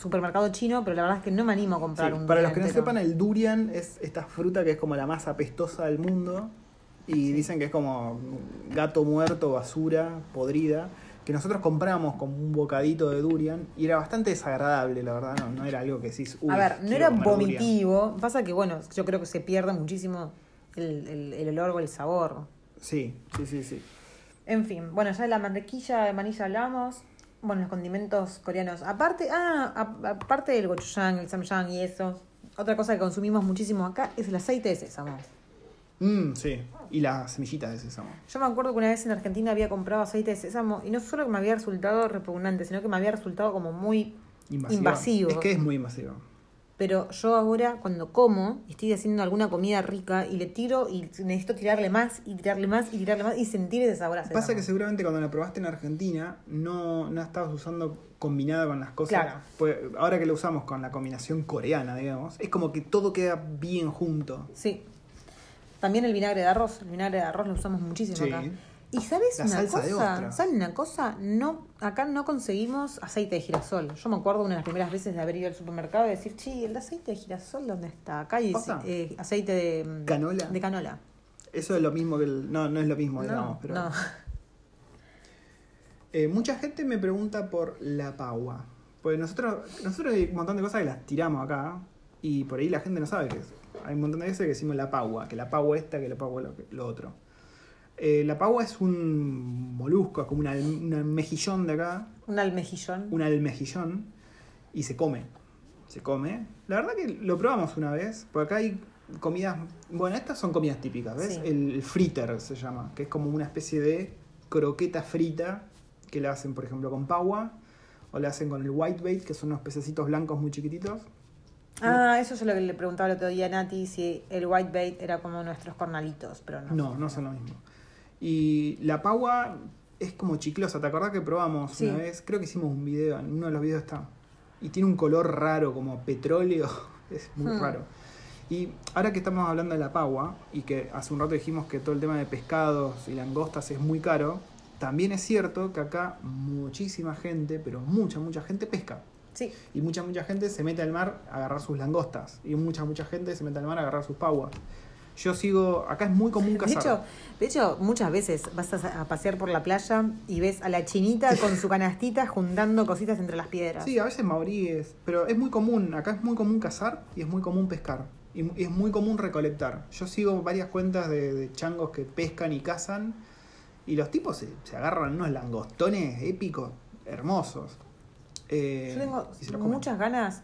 supermercado chino, pero la verdad es que no me animo a comprar Sí, un para los durian que no entero. sepan, el durian es esta fruta que es como la más apestosa del mundo y dicen que es como gato muerto, basura, podrida, que nosotros compramos como un bocadito de durian y era bastante desagradable, la verdad, no, no era algo que decís, "Uy, A ver, no quiero era comer durian". vomitivo. Pasa que, bueno, yo creo que se pierde muchísimo el, el- el olor o el sabor. Sí, sí, sí, sí. En fin, bueno, ya de la mantequilla de maní ya hablamos. Bueno, los condimentos coreanos. Aparte, ah, a- aparte del gochujang, el samyang y eso. Otra cosa que consumimos muchísimo acá es el aceite de sésamo. Mm, sí, y las semillitas de sésamo. Yo me acuerdo que una vez en Argentina había comprado aceite de sésamo y no solo que me había resultado repugnante, sino que me había resultado como muy Invasivo. Invasivo. Es que es muy invasivo. Pero yo ahora cuando como, y estoy haciendo alguna comida rica y le tiro y necesito tirarle más y tirarle más y tirarle más y sentir ese sabor a sésamo. Pasa que seguramente cuando la probaste en Argentina no, no estabas usando combinada con las cosas. Claro. Pues, ahora que lo usamos con la combinación coreana, digamos, es como que todo queda bien junto. Sí. También el vinagre de arroz, el vinagre de arroz lo usamos muchísimo Sí. acá. ¿Y sabes La una salsa de cosa? ostra. ¿Sabes una cosa? No, acá no conseguimos aceite de girasol. Yo me acuerdo una de las primeras veces de haber ido al supermercado y decir, chi, el aceite de girasol, ¿dónde está? Acá hay ¿Posta? eh, aceite de mm, ¿Canola? De canola. Eso es lo mismo que el. No, no es lo mismo, digamos. No, Pero, no. [laughs] Eh, mucha gente me pregunta por la pagua. Porque nosotros, nosotros hay un montón de cosas que las tiramos acá y por ahí la gente no sabe qué es. Hay un montón de veces que decimos la pagua, que la pagua esta, que la pagua lo, lo otro. Eh, la pagua es un molusco, es como un al- un almejillón de acá, Un almejillón. un almejillón y se come. Se come. La verdad que lo probamos una vez, porque acá hay comidas. Bueno, estas son comidas típicas, ¿ves? Sí. El fritter se llama, que es como una especie de croqueta frita que la hacen, por ejemplo, con pagua o la hacen con el white bait, que son unos pececitos blancos muy chiquititos. Ah, eso es lo que le preguntaba el otro día a Nati, si el white bait era como nuestros cornalitos, pero no. No, no son lo mismo. Y la pagua es como chiclosa. ¿Te acordás que probamos Sí. una vez? Creo que hicimos un video, en uno de los videos está. Y tiene un color raro, como petróleo. [laughs] Es muy Hmm. raro. Y ahora que estamos hablando de la pagua, y que hace un rato dijimos que todo el tema de pescados y langostas es muy caro, también es cierto que acá muchísima gente, pero mucha, mucha gente pesca. Sí, Y mucha, mucha gente se mete al mar a agarrar sus langostas. Y mucha, mucha gente se mete al mar a agarrar sus paguas. Yo sigo. Acá es muy común de cazar. hecho, de hecho, muchas veces vas a, a pasear por la playa y ves a la chinita con su canastita juntando cositas entre las piedras. sí, a veces maoríes. Pero es muy común. Acá es muy común cazar y es muy común pescar. Y, mu- y es muy común recolectar. Yo sigo varias cuentas de, de changos que pescan y cazan. Y los tipos se, se agarran unos langostones épicos, hermosos. Eh, Yo tengo y se los comen. muchas ganas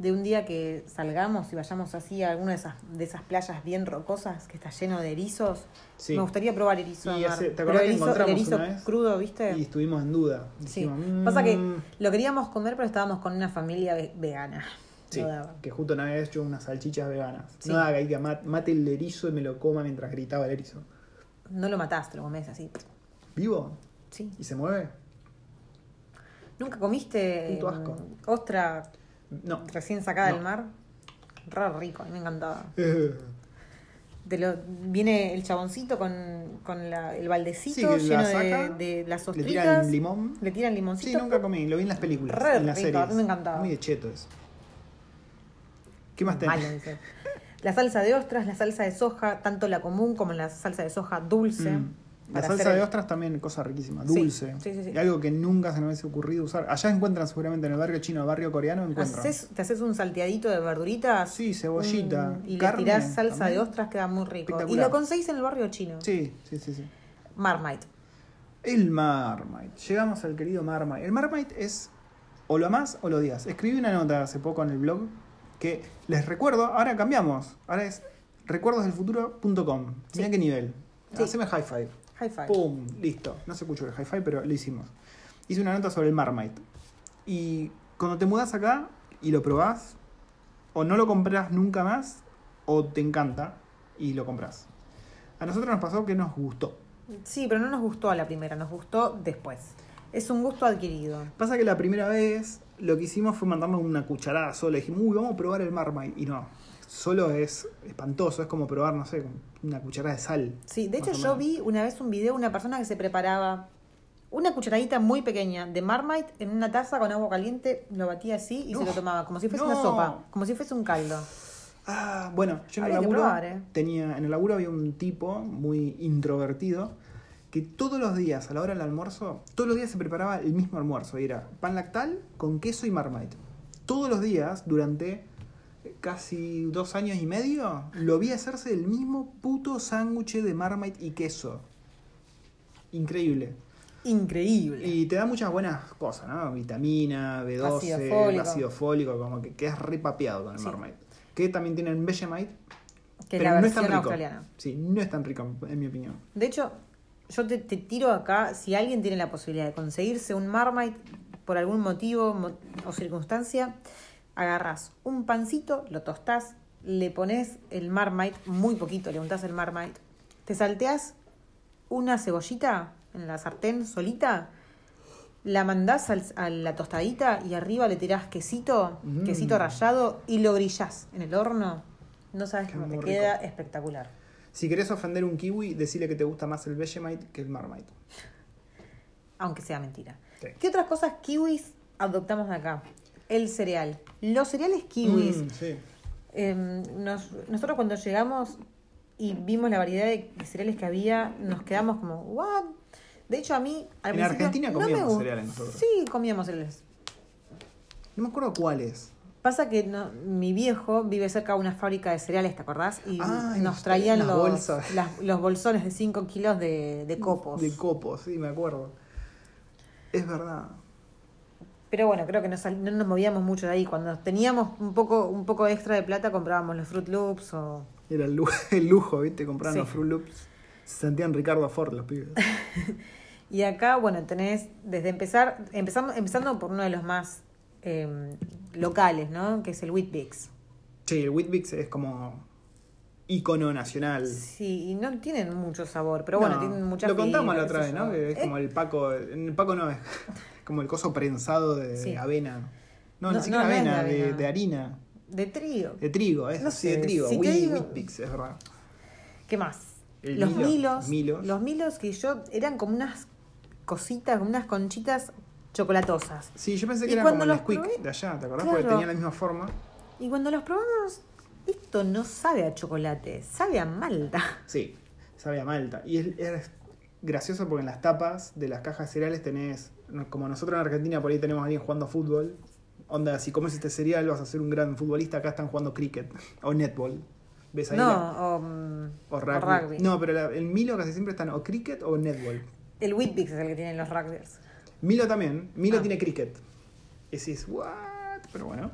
de un día que salgamos y vayamos así a alguna de esas, de esas playas bien rocosas que está lleno de erizos. Sí. Me gustaría probar erizo. Y de mar. hace- ¿te Pero acordás que erizo, el encontramos erizo una vez? crudo, ¿viste? Y estuvimos en duda. Sí. Dijimos, Pasa que "Mm". lo queríamos comer, pero estábamos con una familia ve- vegana. Sí, No daba. que justo una vez hecho unas salchichas veganas. Sí. Nada, que ahí que ma- mate el erizo y me lo coma mientras gritaba el erizo. No lo matás, te lo comés así. ¿Vivo? Sí. ¿Y se mueve? ¿Nunca comiste Punto mm, asco. ostra No. recién sacada No. Eh, del mar? Re rico, a mí me encantaba. de lo- viene el chaboncito con, con la- el baldecito Sí, que la lleno de- saca, de, las Le ostritas. tiran limón. Le tiran limoncito. Sí, nunca comí, lo vi en las películas, Re en las rico, series. a mí me encantaba. Muy de cheto eso. ¿Qué más Malo, tenés? dice. La salsa de ostras, la salsa de soja, tanto la común como la salsa de soja dulce. Mm. La para salsa hacer de el- ostras también, cosa riquísima, Sí, dulce. sí, sí, sí. Y algo que nunca se me hubiese ocurrido usar. Allá encuentran seguramente en el barrio chino, barrio coreano, encuentran. Haces- te haces un salteadito de verduritas. Sí, cebollita, mm, y carne le tirás salsa también. de ostras, queda muy rico. Y Espectacular. lo conseguís en el barrio chino. Sí, sí, sí, sí. Marmite. El Marmite. Llegamos al querido Marmite. El Marmite es o lo amás o lo odias. Escribí una nota hace poco en el blog que les recuerdo, ahora cambiamos. Ahora es recuerdosdelfuturo.com. Sí. Mira qué nivel. Sí. Haceme high five. High five. ¡Pum! Listo. No se escuchó el hi-fi, pero lo hicimos. Hice una nota sobre el Marmite. Y cuando te mudas acá y lo probás, o no lo compras nunca más, o te encanta y lo compras. A nosotros nos pasó que nos gustó. Sí, pero no nos gustó a la primera, nos gustó después. Es un gusto adquirido. Pasa que la primera vez lo que hicimos fue mandarnos una cucharada sola. Dijimos, uy, vamos a probar el Marmite. Y no, solo es espantoso. Es como probar, no sé, una cucharada de sal. Sí, de hecho Más o yo menos. vi una vez un video de una persona que se preparaba una cucharadita muy pequeña de Marmite en una taza con agua caliente, lo batía así y No. se lo tomaba, como si fuese No. una sopa, como si fuese un caldo. Ah, bueno, yo en el Habría que laburo probar, eh. tenía, en el laburo había un tipo muy introvertido que todos los días a la hora del almuerzo, todos los días se preparaba el mismo almuerzo y era pan lactal con queso y marmite. Todos los días durante casi dos años y medio lo vi hacerse el mismo puto sándwich de marmite y queso. Increíble. Increíble. Y te da muchas buenas cosas, ¿no? Vitamina, B12, ácido fólico, Ácido fólico. como que quedas repapeado con el Sí. marmite. Que también tienen Vegemite, que es pero la no es tan versión rico. australiana. Sí, no es tan rico, en mi opinión. De hecho, yo te, te tiro acá, si alguien tiene la posibilidad de conseguirse un Marmite por algún motivo mo- o circunstancia, agarrás un pancito, lo tostás, le pones el Marmite, muy poquito, le untás el Marmite, te salteás una cebollita en la sartén solita, la mandás al- a la tostadita y arriba le tirás quesito, Mm. quesito rallado y lo grillás en el horno. No sabes Qué cómo te muy queda espectacular. Si querés ofender un kiwi, decirle que te gusta más el Vegemite que el marmite. aunque sea mentira. Sí. ¿Qué otras cosas kiwis adoptamos de acá? El cereal. Los cereales kiwis. Mm, sí. Eh, nos- nosotros cuando llegamos y vimos la variedad de de cereales que había, nos quedamos como, ¿what? De hecho, a mí. al En principio Argentina no me comíamos gust- cereales nosotros. Sí, comíamos cereales. No me acuerdo cuál es. Pasa que no- mi viejo vive cerca de una fábrica de cereales, ¿te acordás? Y Ah, nos y traían las los, bolsas. las- los bolsones de 5 kilos de, de copos. De copos, sí, me acuerdo. Es verdad. Pero bueno, creo que no, sal- no nos movíamos mucho de ahí. Cuando teníamos un poco, un poco extra de plata, comprábamos los Fruit Loops o. Era el lujo, [laughs] el lujo ¿viste? Compraban Sí. los Fruit Loops. Se sentían Ricardo Ford los pibes. Y acá, bueno, tenés desde empezar, empezamos, empezando por uno de los más eh, locales, ¿no? Que es el Wheat Bix. Sí, el Whitbix es como ícono nacional. Sí, y no tienen mucho sabor, pero bueno, No, tienen muchas Lo contamos la fibras, otra qué vez, sé ¿no? yo. Que es Eh, como el Paco. El Paco no [laughs] es. Como el coso prensado de Sí. avena. No, No, ni siquiera no, no es de avena, de, avena. de harina. De trigo. De trigo, es No sí, de sé, trigo. si te Wheat- digo- Wheat Bix, es verdad. ¿Qué más? Eh, El los Milo, milos, Milos. Los milos que yo eran como unas cositas, como unas conchitas chocolatosas. Sí, yo pensé Y que eran cuando como el los probé- squeak de allá, ¿te acordás? Porque Claro. tenían la misma forma. Y cuando los probamos, esto no sabe a chocolate, sabe a malta. Sí, sabía a malta. Y es, es gracioso porque en las tapas de las cajas cereales tenés, no- como nosotros en Argentina por ahí tenemos a alguien jugando fútbol. Onda, si comes este cereal vas a ser un gran futbolista, acá están jugando cricket o netball. ¿Ves ahí? No, la- o, mm, o o rugby. No, pero la- el Milo casi siempre están o cricket o netball. El Whitbix es el que tienen los rugbyers. Milo también. Milo Ah. tiene cricket. Y decís, what? Pero bueno.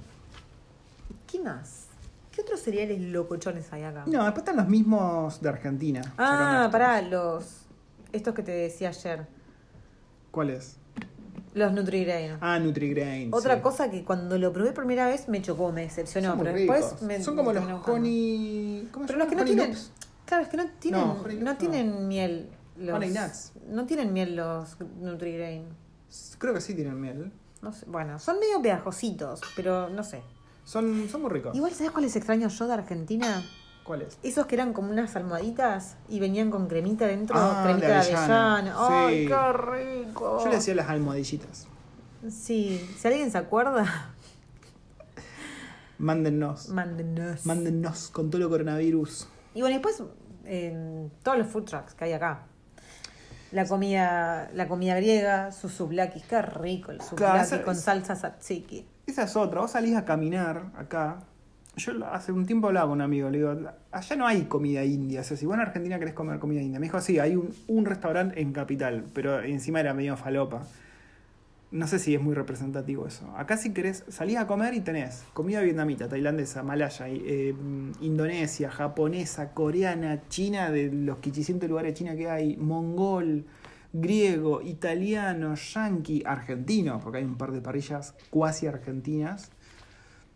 ¿Qué más? ¿Qué otros cereales locochones hay acá? No, después están los mismos de Argentina. ah, Sacando pará, estos. los. Estos que te decía ayer. ¿Cuál es? Los Nutrigrain. Ah, NutriGrain. Otra sí. cosa que cuando lo probé primera vez me chocó, me decepcionó. Son muy pero después ricos. me- Son como me los terminó gustando. honey. ¿Cómo se Pero los que llaman? no Honey tienen. Loops. Claro, es que no tienen, No, Honey Loops no no. tienen miel. Los, Honey Nuts. No tienen miel los Nutrigrain. Creo que sí tienen miel. No sé, bueno, son medio pegajositos, pero no sé. Son, son muy ricos. Igual, ¿sabes cuál es extraño yo de Argentina? ¿Cuál es? Esos que eran como unas almohaditas y venían con cremita dentro, Ah, cremita de de avellana. avellana. ¡Ay, Sí. qué rico! Yo le decía las almohadillitas. Sí, si alguien se acuerda, [laughs] Mándennos. mándenos. Mándennos con todo el coronavirus. Y bueno, después eh, todos los food trucks que hay acá. La comida, la comida griega, susublakis, qué rico el Claro, susublaki esa- con es- salsa tzatziki. Esa es otra. Vos salís a caminar acá. Yo lo- hace un tiempo hablaba con un amigo. Le digo, allá no hay comida india. O sea, si vos en Argentina querés comer comida india. Me dijo, sí, hay un, un restaurante en Capital. Pero encima era medio falopa. No sé si es muy representativo eso. Acá si querés, salís a comer y tenés comida vietnamita, tailandesa, malaya, y, eh, indonesia, japonesa, coreana, china, de los 500 lugares de China que hay, mongol, griego, italiano, yanqui, argentino, porque hay un par de parrillas cuasi argentinas.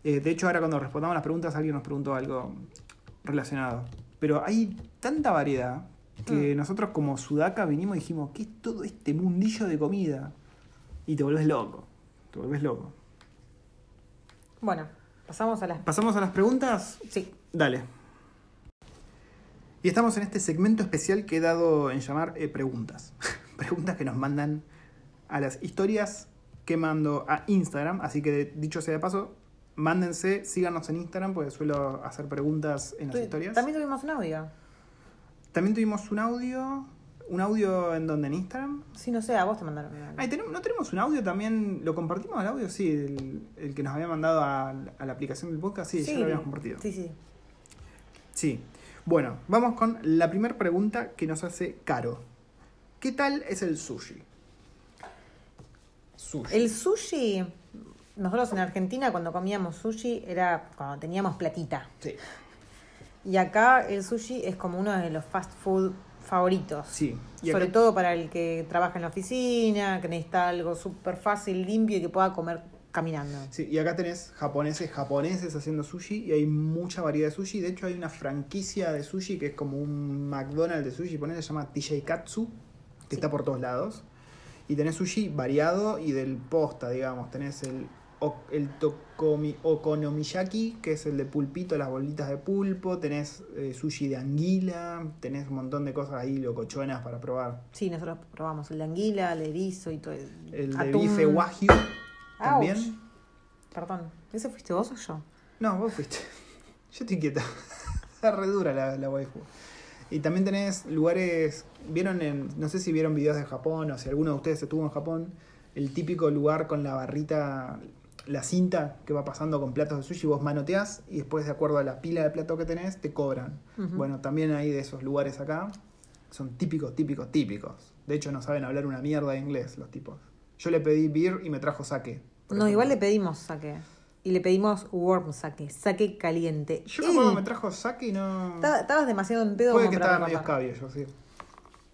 Eh, de hecho, ahora cuando respondamos las preguntas, alguien nos preguntó algo relacionado. Pero hay tanta variedad que nosotros como sudaca vinimos y dijimos, ¿qué es todo este mundillo de comida? Y te volvés loco. Te volvés loco. Bueno, pasamos a las. ¿Pasamos a las preguntas? Sí, Dale. Y estamos en este segmento especial que he dado en llamar eh, preguntas. [laughs] preguntas que nos mandan a las historias que mando a Instagram. Así que, dicho sea de paso, mándense, síganos en Instagram, porque suelo hacer preguntas en las Tu- historias. también tuvimos un audio. También tuvimos un audio. ¿Un audio en donde? ¿En Instagram? Sí, no sé, a vos te mandaron un audio. Ay, ¿tenem- ¿No tenemos un audio también? ¿Lo compartimos el audio? Sí, el, el que nos había mandado a, a la aplicación del podcast. Sí, ya lo habíamos compartido. Sí. Sí, sí. Bueno, vamos con la primera pregunta que nos hace Caro. ¿Qué tal es el sushi? Sushi. El sushi, nosotros en Argentina cuando comíamos sushi era cuando teníamos platita. Sí. Y acá el sushi es como uno de los fast food favoritos. Sí. Y Sobre acá- todo para el que trabaja en la oficina, que necesita algo súper fácil, limpio y que pueda comer caminando. Sí, y acá tenés japoneses, japoneses haciendo sushi y hay mucha variedad de sushi. De hecho, hay una franquicia de sushi que es como un McDonald's de sushi, ponele, se llama TJ Katsu, que está por todos lados. Y tenés sushi variado y del posta, digamos. Tenés el, o- el tokomi- okonomiyaki, que es el de pulpito, las bolitas de pulpo. Tenés eh, sushi de anguila, tenés un montón de cosas ahí locochonas para probar. Sí, nosotros probamos el de anguila, el erizo y todo. El de atún. bife wagyu también. Ouch. Perdón, ¿ese fuiste vos o yo? No, vos fuiste. [laughs] Yo estoy quieta. [laughs] Está re dura la, la waifu. Y también tenés lugares. Vieron en. No sé si vieron videos de Japón o si alguno de ustedes estuvo en Japón. El típico lugar con la barrita. La cinta que va pasando con platos de sushi, vos manoteás y después, de acuerdo a la pila de plato que tenés, te cobran. Ujú. Bueno, también hay de esos lugares acá. Son típicos, típicos, típicos. De hecho, no saben hablar una mierda de inglés los tipos. Yo le pedí beer y me trajo sake. por No, ejemplo. igual le pedimos saque. Y le pedimos warm saque, saque caliente. Yo Él- me acuerdo que me trajo sake y no. Esta- Estabas demasiado en pedo Puede que como para estaba medio recordar. escabio, yo sí.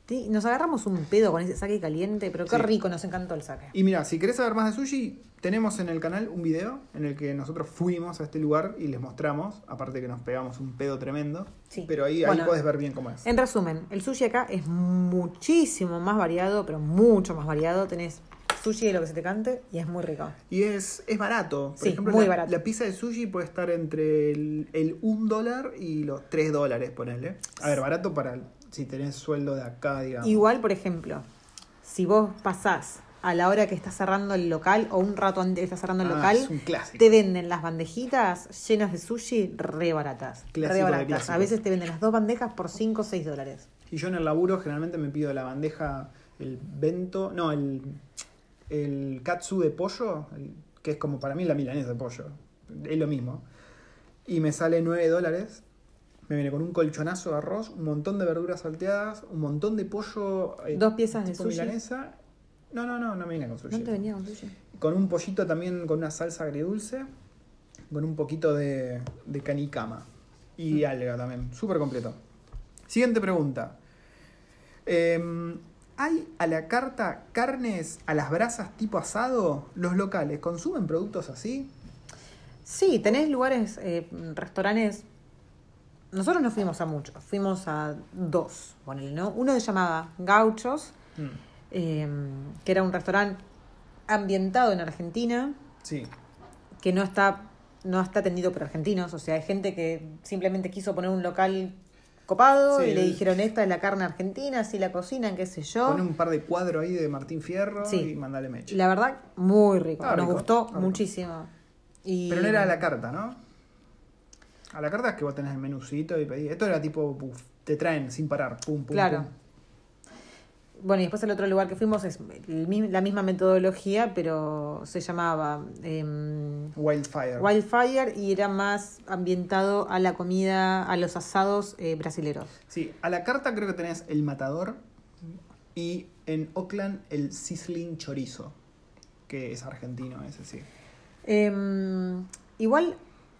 Sí, Nos agarramos un pedo con ese saque caliente, pero qué Sí. rico, nos encantó el saque. Y mira, si querés saber más de sushi, tenemos en el canal un video en el que nosotros fuimos a este lugar y les mostramos, aparte que nos pegamos un pedo tremendo, Sí. pero ahí, Bueno. ahí podés ver bien cómo es. En resumen, el sushi acá es muchísimo más variado, pero mucho más variado. Tenés sushi de lo que se te cante y es muy rico. Y es, es barato. Por Sí, ejemplo, muy la, barato. la pizza de sushi puede estar entre el, el 1 dólar y los 3 dólares, ponele. A ver, barato para el- si tenés sueldo de acá, digamos. Igual, por ejemplo, si vos pasás a la hora que está cerrando el local o un rato antes que está cerrando el Ah, local, es un clásico. te venden las bandejitas llenas de sushi re baratas. Clásico re de baratas. clásico. A veces te venden las dos bandejas por 5 o 6 dólares. Y yo en el laburo generalmente me pido la bandeja, el bento, no, el, el katsu de pollo, el- que es como para mí la milanesa de pollo, es lo mismo. Y me sale 9 dólares. Me viene con un colchonazo de arroz, un montón de verduras salteadas, un montón de pollo. eh, Dos piezas de tipo sushi. milanesa. No, no, no, no me viene con sushi. ¿No te venía con sushi? Con un pollito también con una salsa agridulce, con un poquito de, de canicama y alga también, súper completo. Siguiente pregunta. Em, ¿Hay a la carta carnes a las brasas tipo asado? ¿Los locales consumen productos así? Sí, tenés lugares, eh, restaurantes. Nosotros no fuimos a muchos, fuimos a dos, ponele, ¿no? Uno se llamaba Gauchos, Mm, eh, que era un restaurante ambientado en Argentina, Sí. que no está no está atendido por argentinos, o sea, hay gente que simplemente quiso poner un local copado Sí. y le dijeron, esta es la carne argentina, así la cocinan, qué sé yo. Pone un par de cuadros ahí de Martín Fierro Sí. y mandale mecha. La verdad, muy rico, Está nos Ah, rico, gustó está rico. muchísimo. Y... Pero no era a la carta, ¿no? A la carta es que vos tenés el menucito y pedís. Esto era tipo, puf, te traen sin parar, pum, pum. Claro. pum. Bueno, y después el otro lugar que fuimos es el mi- la misma metodología, pero se llamaba em, Wildfire. Wildfire y era más ambientado a la comida, a los asados eh, brasileros. Sí, a la carta creo que tenés el matador y en Oakland el sizzling chorizo, que es argentino ese, sí. Em, igual,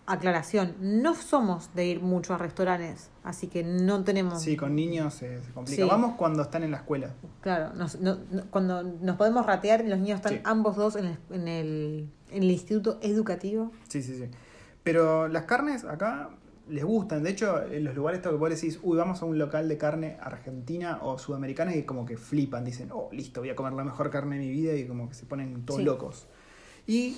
aclaración, no somos de ir mucho a restaurantes, así que no tenemos... Sí, con niños eh, se, complica. Ah. Sí. Vamos cuando están en la escuela. Claro, nos- no- no- cuando nos podemos ratear, los niños están Sí. ambos dos en el, en, el, en el instituto educativo. Sí, sí, sí. Pero las carnes acá les gustan. De hecho, en los lugares estos que vos decís, uy, vamos a un local de carne argentina o sudamericana y como que flipan, dicen, oh, listo, voy a comer la mejor carne de mi vida y como que se ponen todos Sí. locos. Y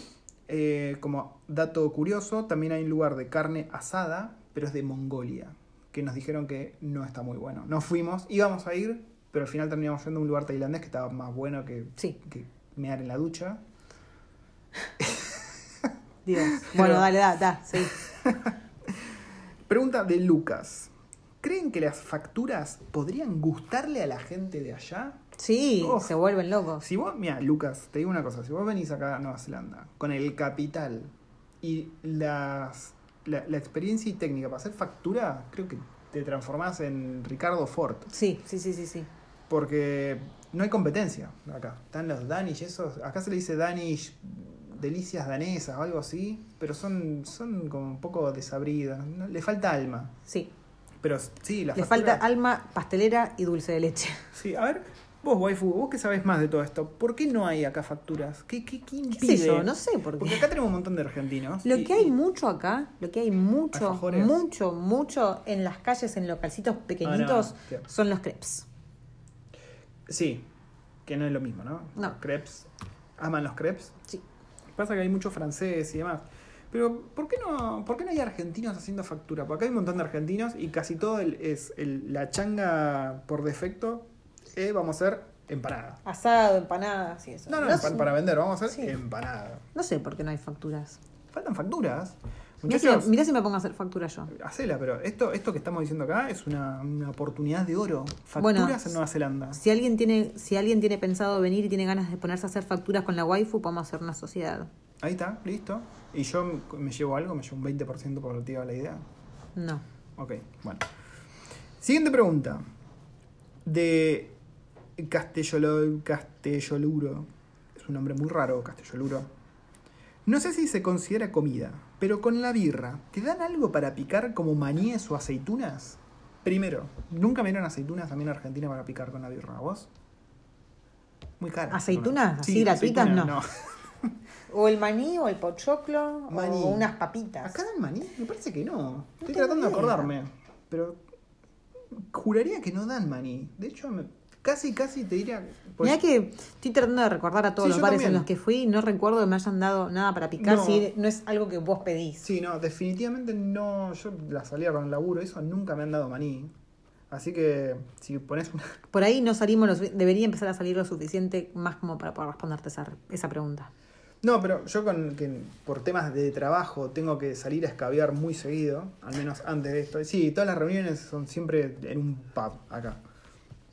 eh, como dato curioso, también hay un lugar de carne asada, pero es de Mongolia, que nos dijeron que no está muy bueno. No fuimos, íbamos a ir, pero al final terminamos yendo a un lugar tailandés que estaba más bueno que, Sí, que mear en la ducha. [laughs] Dios. Bueno, Pero- dale, da, da, sí. Pregunta de Lucas. ¿Creen que las facturas podrían gustarle a la gente de allá? Sí, Uf. se vuelven locos. Si vos, mira, Lucas, te digo una cosa, si vos venís acá a Nueva Zelanda con el capital y las, la, la experiencia y técnica para hacer factura, creo que te transformás en Ricardo Ford, Sí, sí, sí, sí, sí. porque no hay competencia acá. Están los Danish, esos, acá se le dice Danish, delicias danesas o algo así, pero son, son como un poco desabridas, ¿no? le falta alma. Sí. Pero sí, las Le facturas- falta alma, pastelera y dulce de leche. Sí, a ver, vos, waifu, vos que sabés más de todo esto, ¿por qué no hay acá facturas? ¿Qué, qué, qué [laughs] ¿Qué impide? sé yo? No sé por Porque qué. acá tenemos un montón de argentinos. Lo y- que hay y- mucho acá, lo que hay mucho, Alfajores. mucho, mucho en las calles, en localcitos pequeñitos, Ah, no, son los crepes. Sí, que no es lo mismo, ¿no? No. Los crepes, aman los crepes. Sí. Pasa que hay mucho francés y demás. Pero, ¿por qué no, por qué no hay argentinos haciendo factura? Porque acá hay un montón de argentinos y casi todo el- es el- la changa por defecto. eh, vamos a hacer empanada. Asado, empanadas y eso. No, no, sé- empa- para vender, vamos a hacer Sí. empanada. no sé por qué no hay facturas. Faltan facturas. Mirá si, Muchachos, me- mirá si me pongo a hacer factura yo. Hacela, pero esto, esto que estamos diciendo acá es una, una oportunidad de oro. Facturas Bueno, en Nueva Zelanda. Si alguien tiene, si alguien tiene pensado venir y tiene ganas de ponerse a hacer facturas con la waifu, podemos hacer una sociedad. Ahí está, listo. Y yo me- me llevo algo, me llevo un 20% por el tío de la idea. No. Ok, bueno. Siguiente pregunta. De Castellolo, Castelloluro. Es un nombre muy raro, Castelloluro. No sé si se considera comida, pero con la birra, ¿te dan algo para picar como maníes o aceitunas? Primero, nunca me dieron aceitunas también en Argentina para picar con la birra, ¿a ¿vos? Muy caro. ¿Aceitunas? ¿Así gratuitas? No. O el maní, o el pochoclo, Maní. o unas papitas. ¿Acá dan maní? Me parece que no. Estoy tengo tratando de idea. acordarme. Pero juraría que no dan maní. De hecho, me- casi, casi te diría... pues, Mirá que estoy tratando de recordar a todos Sí, los yo bares en también. los que fui y no recuerdo que me hayan dado nada para picar No. si no es algo que vos pedís. Sí, no, definitivamente no... Yo la salía con el laburo, eso nunca me han dado maní. Así que si pones una... Por ahí no salimos, lo sufi- debería empezar a salir lo suficiente más como para poder responderte esa, esa pregunta. No, pero yo con que por temas de trabajo tengo que salir a escabear muy seguido, al menos antes de esto. Sí, todas las reuniones son siempre en un pub acá.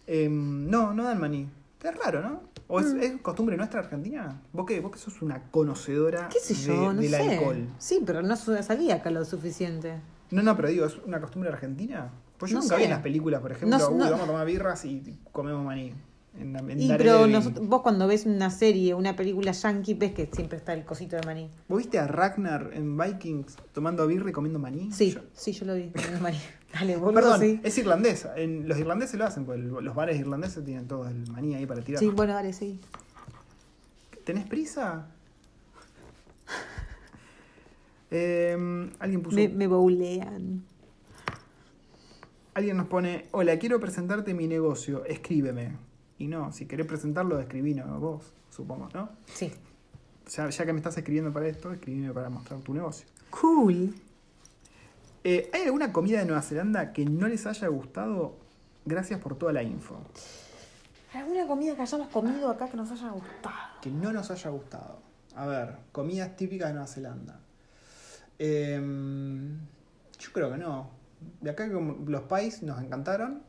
Em, no, no dan maní. Es raro, ¿no? ¿O Mm. es, es costumbre nuestra argentina? ¿Vos qué? ¿Vos que sos una conocedora ¿Qué sé de- yo? no del sé. alcohol? Sí, pero no su- salía acá lo suficiente. No, no, pero digo, ¿es una costumbre argentina? Pues yo No nunca vi sé. en las películas, por ejemplo, No- uy, no- vamos a tomar birras y comemos maní. En, en Y, pero Daredevil. nosot- vos cuando ves una serie, una película yankee, ves que siempre está el cosito de maní. ¿Vos viste a Ragnar en Vikings tomando birra y comiendo maní? Sí, Mm, Yo- sí, yo lo vi. [laughs] el maní. Dale, boludo, Perdón, sí. es irlandesa. En, los irlandeses lo hacen, porque los bares irlandeses tienen todo el maní ahí para tirar. Sí, bueno, dale, sí. ¿Tenés prisa? [laughs] Eh, alguien puso. Me, me boulean. Alguien nos pone: Hola, quiero presentarte mi negocio, escríbeme. Y no, si querés presentarlo, escribino vos, supongo, ¿no? Sí. Ya, ya que me estás escribiendo para esto, escribime para mostrar tu negocio. Cool. Eh, ¿Hay alguna comida de Nueva Zelanda que no les haya gustado? Gracias por toda la info. ¿Alguna comida que hayamos comido acá que nos haya gustado? Que no nos haya gustado. A ver, comidas típicas de Nueva Zelanda. Em, yo creo que no. De acá como los pies nos encantaron.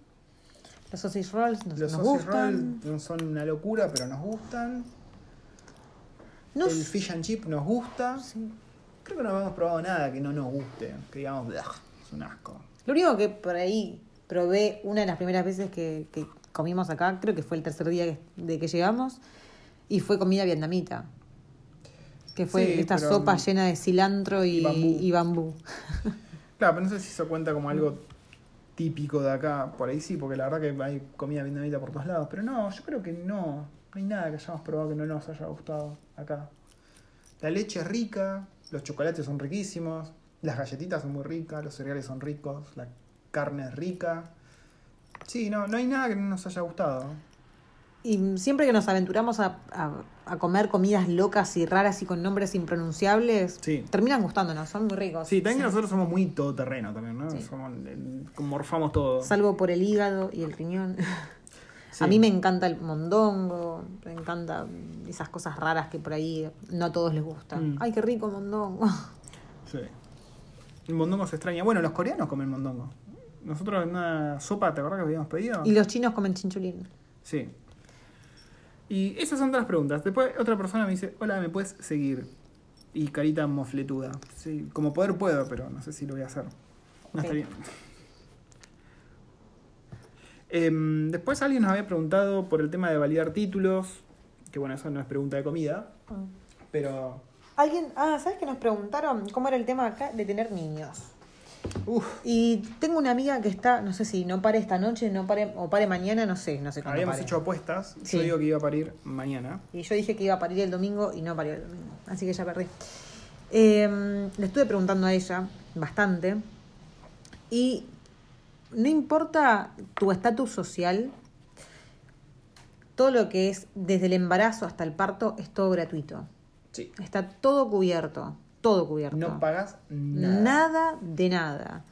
Los sausage rolls nos, Los nos sausage gustan. roll son una locura, pero nos gustan. No El sé. fish and chip nos gusta. Sí. Creo que no habíamos probado nada que no nos guste. Que digamos, "Blah, es un asco. Lo único que por ahí probé una de las primeras veces que, que comimos acá, creo que fue el tercer día que- de que llegamos, y fue comida vietnamita. Que fue Sí, esta pero- mm, sopa llena de cilantro y, y bambú. y bambú. Claro, pero no sé si eso cuenta Mm. como algo típico de acá. Por ahí sí, porque la verdad que hay comida vietnamita por todos lados. Pero no, yo creo que no. No hay nada que hayamos probado que no nos haya gustado acá. La leche es rica, los chocolates son riquísimos, las galletitas son muy ricas, los cereales son ricos, la carne es rica. Sí, no, no hay nada que no nos haya gustado. Y siempre que nos aventuramos a, a- a comer comidas locas y raras y con nombres impronunciables, Sí. terminan gustándonos, son muy ricos. Sí, también que nosotros somos muy todoterreno también, ¿no? Sí. Somos, eh, morfamos todo. Salvo por el hígado y el riñón. Sí. A mí me encanta el mondongo, me encanta esas cosas raras que por ahí no a todos les gustan. Mm. Ay, qué rico [laughs] mondongo. Sí. El mondongo se extraña. Bueno, los coreanos comen mondongo. Nosotros en una sopa, ¿te acuerdas que habíamos pedido? Y los chinos comen chinchulín. Sí. Y esas son todas las preguntas. Después otra persona me dice, hola, ¿me puedes seguir? Y carita mofletuda. Sí, como poder puedo, pero no sé si lo voy a hacer. No Ok. está bien. Em, después alguien nos había preguntado por el tema de validar títulos. Que bueno, eso no es pregunta de comida, pero... Ah. Alguien, ah, ¿sabes que nos preguntaron cómo era el tema acá de tener niños? Uf, Y tengo una amiga que está, no sé si no pare esta noche, no pare, o pare mañana, no sé, no sé cuándo habíamos pare. hecho apuestas. Sí. Yo digo que iba a parir mañana. Y yo dije que iba a parir el domingo y no parió el domingo. Así que ya perdí. Eh, le estuve preguntando a ella bastante. Y no importa tu estatus social, todo lo que es desde el embarazo hasta el parto es todo gratuito. Sí. Está todo cubierto. Todo cubierto. No pagas nada. Ah. Nada. de nada.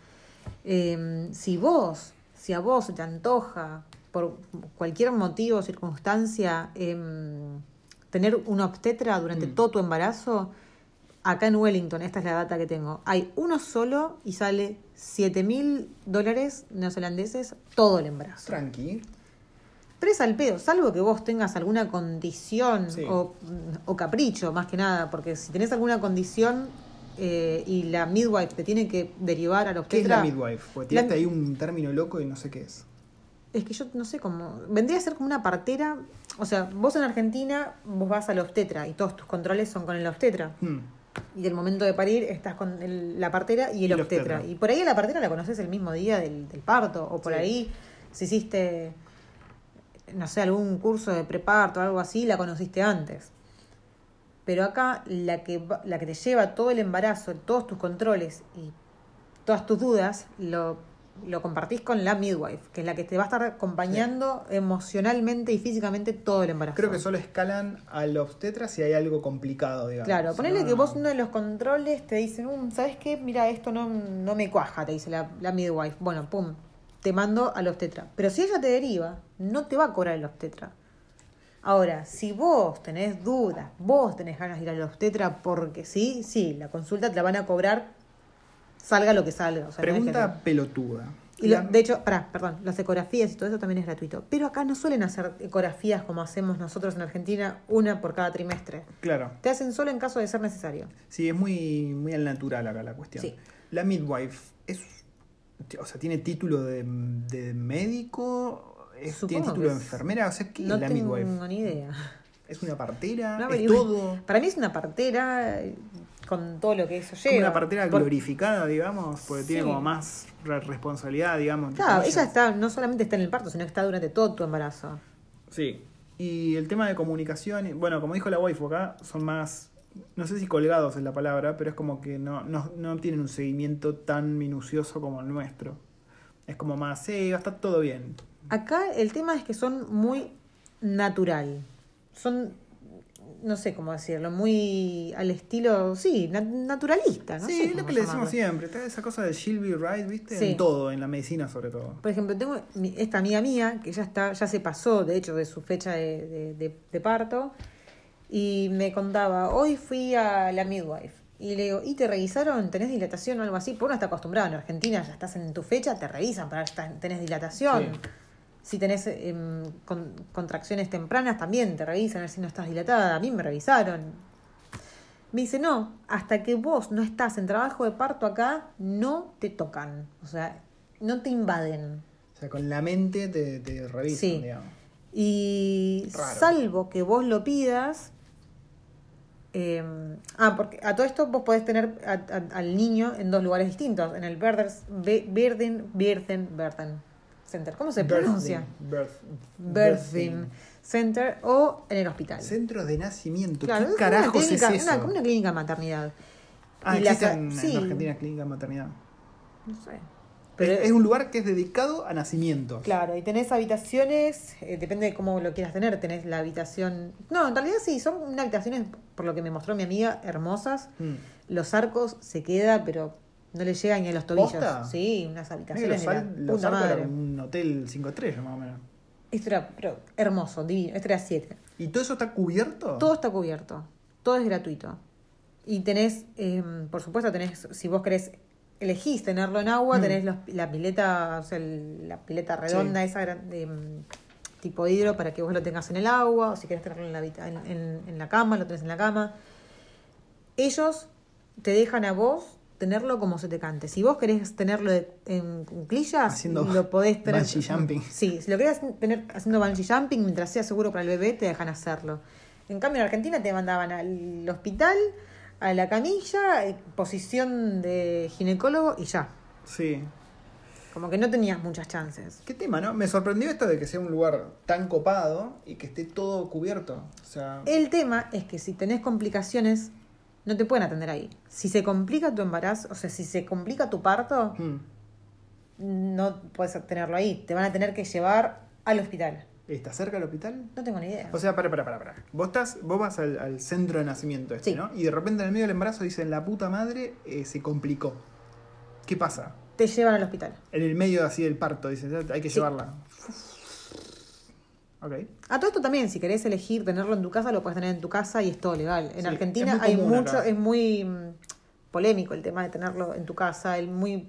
Eh, si vos, si a vos se te antoja, por cualquier motivo o circunstancia, em, tener un obstetra durante Mm. todo tu embarazo, acá en Wellington, esta es la data que tengo, hay uno solo y sale 7 mil dólares neozelandeses todo el embarazo. Tranqui. Pero es al pedo, salvo que vos tengas alguna condición Sí. o, o capricho, más que nada, porque si tenés alguna condición eh, y la midwife te tiene que derivar al ¿Qué es obstetra. la midwife? Porque La- tiraste ahí un término loco y no sé qué es. Es que yo no sé cómo. Vendría a ser como una partera. O sea, vos en Argentina, vos vas al obstetra y todos tus controles son con el obstetra. Hmm. Y del momento de parir estás con el- la partera y el, Y el obstetra. obstetra. Y por ahí a la partera la conoces el mismo día del, del parto. O por Sí. ahí, si hiciste, no sé, algún curso de preparto o algo así, la conociste antes. Pero acá la que, va- la que te lleva todo el embarazo, todos tus controles y todas tus dudas, lo, lo compartís con la midwife, que es la que te va a estar acompañando emocionalmente y físicamente todo el embarazo. Creo que solo escalan al obstetra si hay algo complicado, digamos. Claro, Si ponele no, que no. vos uno de los controles te dicen, "Mm, ¿sabes qué? Mira, esto no, no me cuaja, te dice la, la midwife. Bueno, pum, te mando al obstetra. Pero si ella te deriva, no te va a cobrar el obstetra. Ahora, si vos tenés dudas, vos tenés ganas de ir al obstetra porque sí, sí, la consulta te la van a cobrar, salga lo que salga. o sea, no es que Pregunta pelotuda. y lo- La- de hecho, pará, perdón, las ecografías y todo eso también es gratuito. Pero acá no suelen hacer ecografías como hacemos nosotros en Argentina, una por cada trimestre. Claro. Te hacen solo en caso de ser necesario. Sí, es muy, muy al natural acá la cuestión. Sí. La midwife es. O sea, tiene título de, de médico. Es- Supongo tiene título que de es- enfermera. O sea, ¿qué No es la tengo midwife? ni idea. ¿Es una partera? No ¿Es averigüe. todo? Para mí es una partera eh, con todo lo que eso lleva. Como una partera Por- glorificada, digamos, porque tiene Sí. como más re- responsabilidad, digamos. entre Claro, ella comillas. está, no solamente está en el parto, sino que está durante todo tu embarazo. Sí. Y el tema de comunicación, bueno, como dijo la waifu acá, son más, no sé si colgados es la palabra, pero es como que no, no, no tienen un seguimiento tan minucioso como el nuestro. Es como más, sí, está todo bien. Acá el tema es que son muy natural. Son no sé cómo decirlo, muy al estilo, sí, na- naturalista, ¿no? sí, sé es lo cómo que le decimos llamarlo. siempre. Está esa cosa de She'll be right, ¿viste? Sí. En todo, en la medicina sobre todo. Por ejemplo, tengo mi- esta amiga mía que ya está, ya se pasó, de hecho, de su fecha de, de- de- de parto, y me contaba, hoy fui a la midwife. Y le digo, ¿y te revisaron? ¿Tenés dilatación o algo así? Porque uno está acostumbrado en Argentina, ya estás en tu fecha, te revisan para ver si estás- tenés dilatación. Sí. Si tenés em, con- contracciones tempranas, también te revisan a ver si no estás dilatada. A mí me revisaron. Me dice, no, hasta que vos no estás en trabajo de parto acá, no te tocan. O sea, no te invaden. O sea, con la mente te, te revisan, Sí. digamos. Y Raro. salvo que vos lo pidas. eh, ah, porque a todo esto vos podés tener a- a- al niño en dos lugares distintos: en el Birders- Be- Birden, Birden, Birden Center. ¿Cómo se pronuncia? Birth- Birthing Center o en el hospital. Centros de nacimiento. Claro, ¿Qué es una carajos clínica- es eso? Una, como una clínica de maternidad. Ah, y la existe ca- en, en sí. Argentina clínica de maternidad. No sé. Pero- Es, es un lugar que es dedicado a nacimientos. Claro, y tenés habitaciones, eh, depende de cómo lo quieras tener, tenés la habitación... No, en realidad sí, son unas habitaciones, por lo que me mostró mi amiga, hermosas. Mm. Los arcos se queda, pero no le llegan ni a los tobillos. ¿Posta? Sí, unas Mira que los habitaciones de la sal- los puta Arcos era madre. un hotel 5 estrellas más o menos. Esto era pero, hermoso, divino. Esto era 7. ¿Y todo eso está cubierto? Todo está cubierto, todo es gratuito. Y tenés, eh, por supuesto, tenés, si vos querés, elegís tenerlo en agua, Mm. tenés los- la pileta, o sea, el- la pileta redonda, Sí. esa gran- de, mm, tipo hidro, para que vos lo tengas en el agua, o si querés tenerlo en la, habita- en, en- en la cama, lo tenés en la cama. Ellos te dejan a vos tenerlo como se te cante. Si vos querés tenerlo de- en cuclillas, Haciendo lo podés tener. bungee jumping. [laughs] Sí, si lo querés tener haciendo bungee jumping, mientras sea seguro para el bebé, te dejan hacerlo. En cambio, en Argentina te mandaban al hospital, a la camilla, eh, posición de ginecólogo y ya. Sí. Como que no tenías muchas chances. ¿Qué tema, no? Me sorprendió esto de que sea un lugar tan copado y que esté todo cubierto. O sea, El tema es que si tenés complicaciones, no te pueden atender ahí. Si se complica tu embarazo, o sea, si se complica tu parto, mm, no puedes tenerlo ahí. Te van a tener que llevar al hospital. ¿está cerca del hospital? No tengo ni idea. O sea, para, para, para, para. Vos, estás, vos vas al, al centro de nacimiento este, Sí. ¿no? Y de repente en el medio del embarazo dicen, la puta madre eh, se complicó. ¿Qué pasa? te llevan al hospital. En el medio así del parto, dicen, "Ya, hay que Sí. llevarla. Ok. A todo esto también, si querés elegir tenerlo en tu casa, lo puedes tener en tu casa y es todo legal. En Sí, Argentina es muy hay común mucho, acá. es muy mm, polémico el tema de tenerlo en tu casa, el muy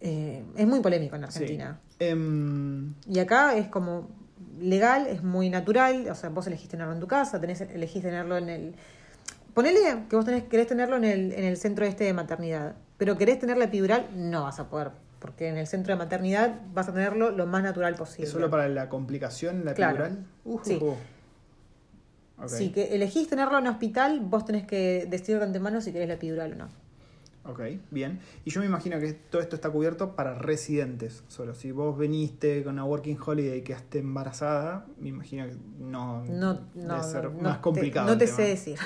eh, es muy polémico en sí. Argentina. Em, Y acá es como legal, es muy natural, o sea, vos elegís tenerlo en tu casa, tenés, elegís tenerlo en el... Ponele que vos tenés, querés tenerlo en el, en el centro este de maternidad, pero querés tener la epidural, no vas a poder, porque en el centro de maternidad vas a tenerlo lo más natural posible. ¿Es solo para la complicación, la Claro. epidural? Ujú. Sí. Ok. Si que elegís tenerlo en hospital, vos tenés que decidir de antemano si querés la epidural o no. Ok, bien. Y yo me imagino que todo esto está cubierto para residentes solo. Si vos viniste con una working holiday y quedaste embarazada, me imagino que no, No, no, debe ser no, no más te- complicado. no el te tema. sé decir.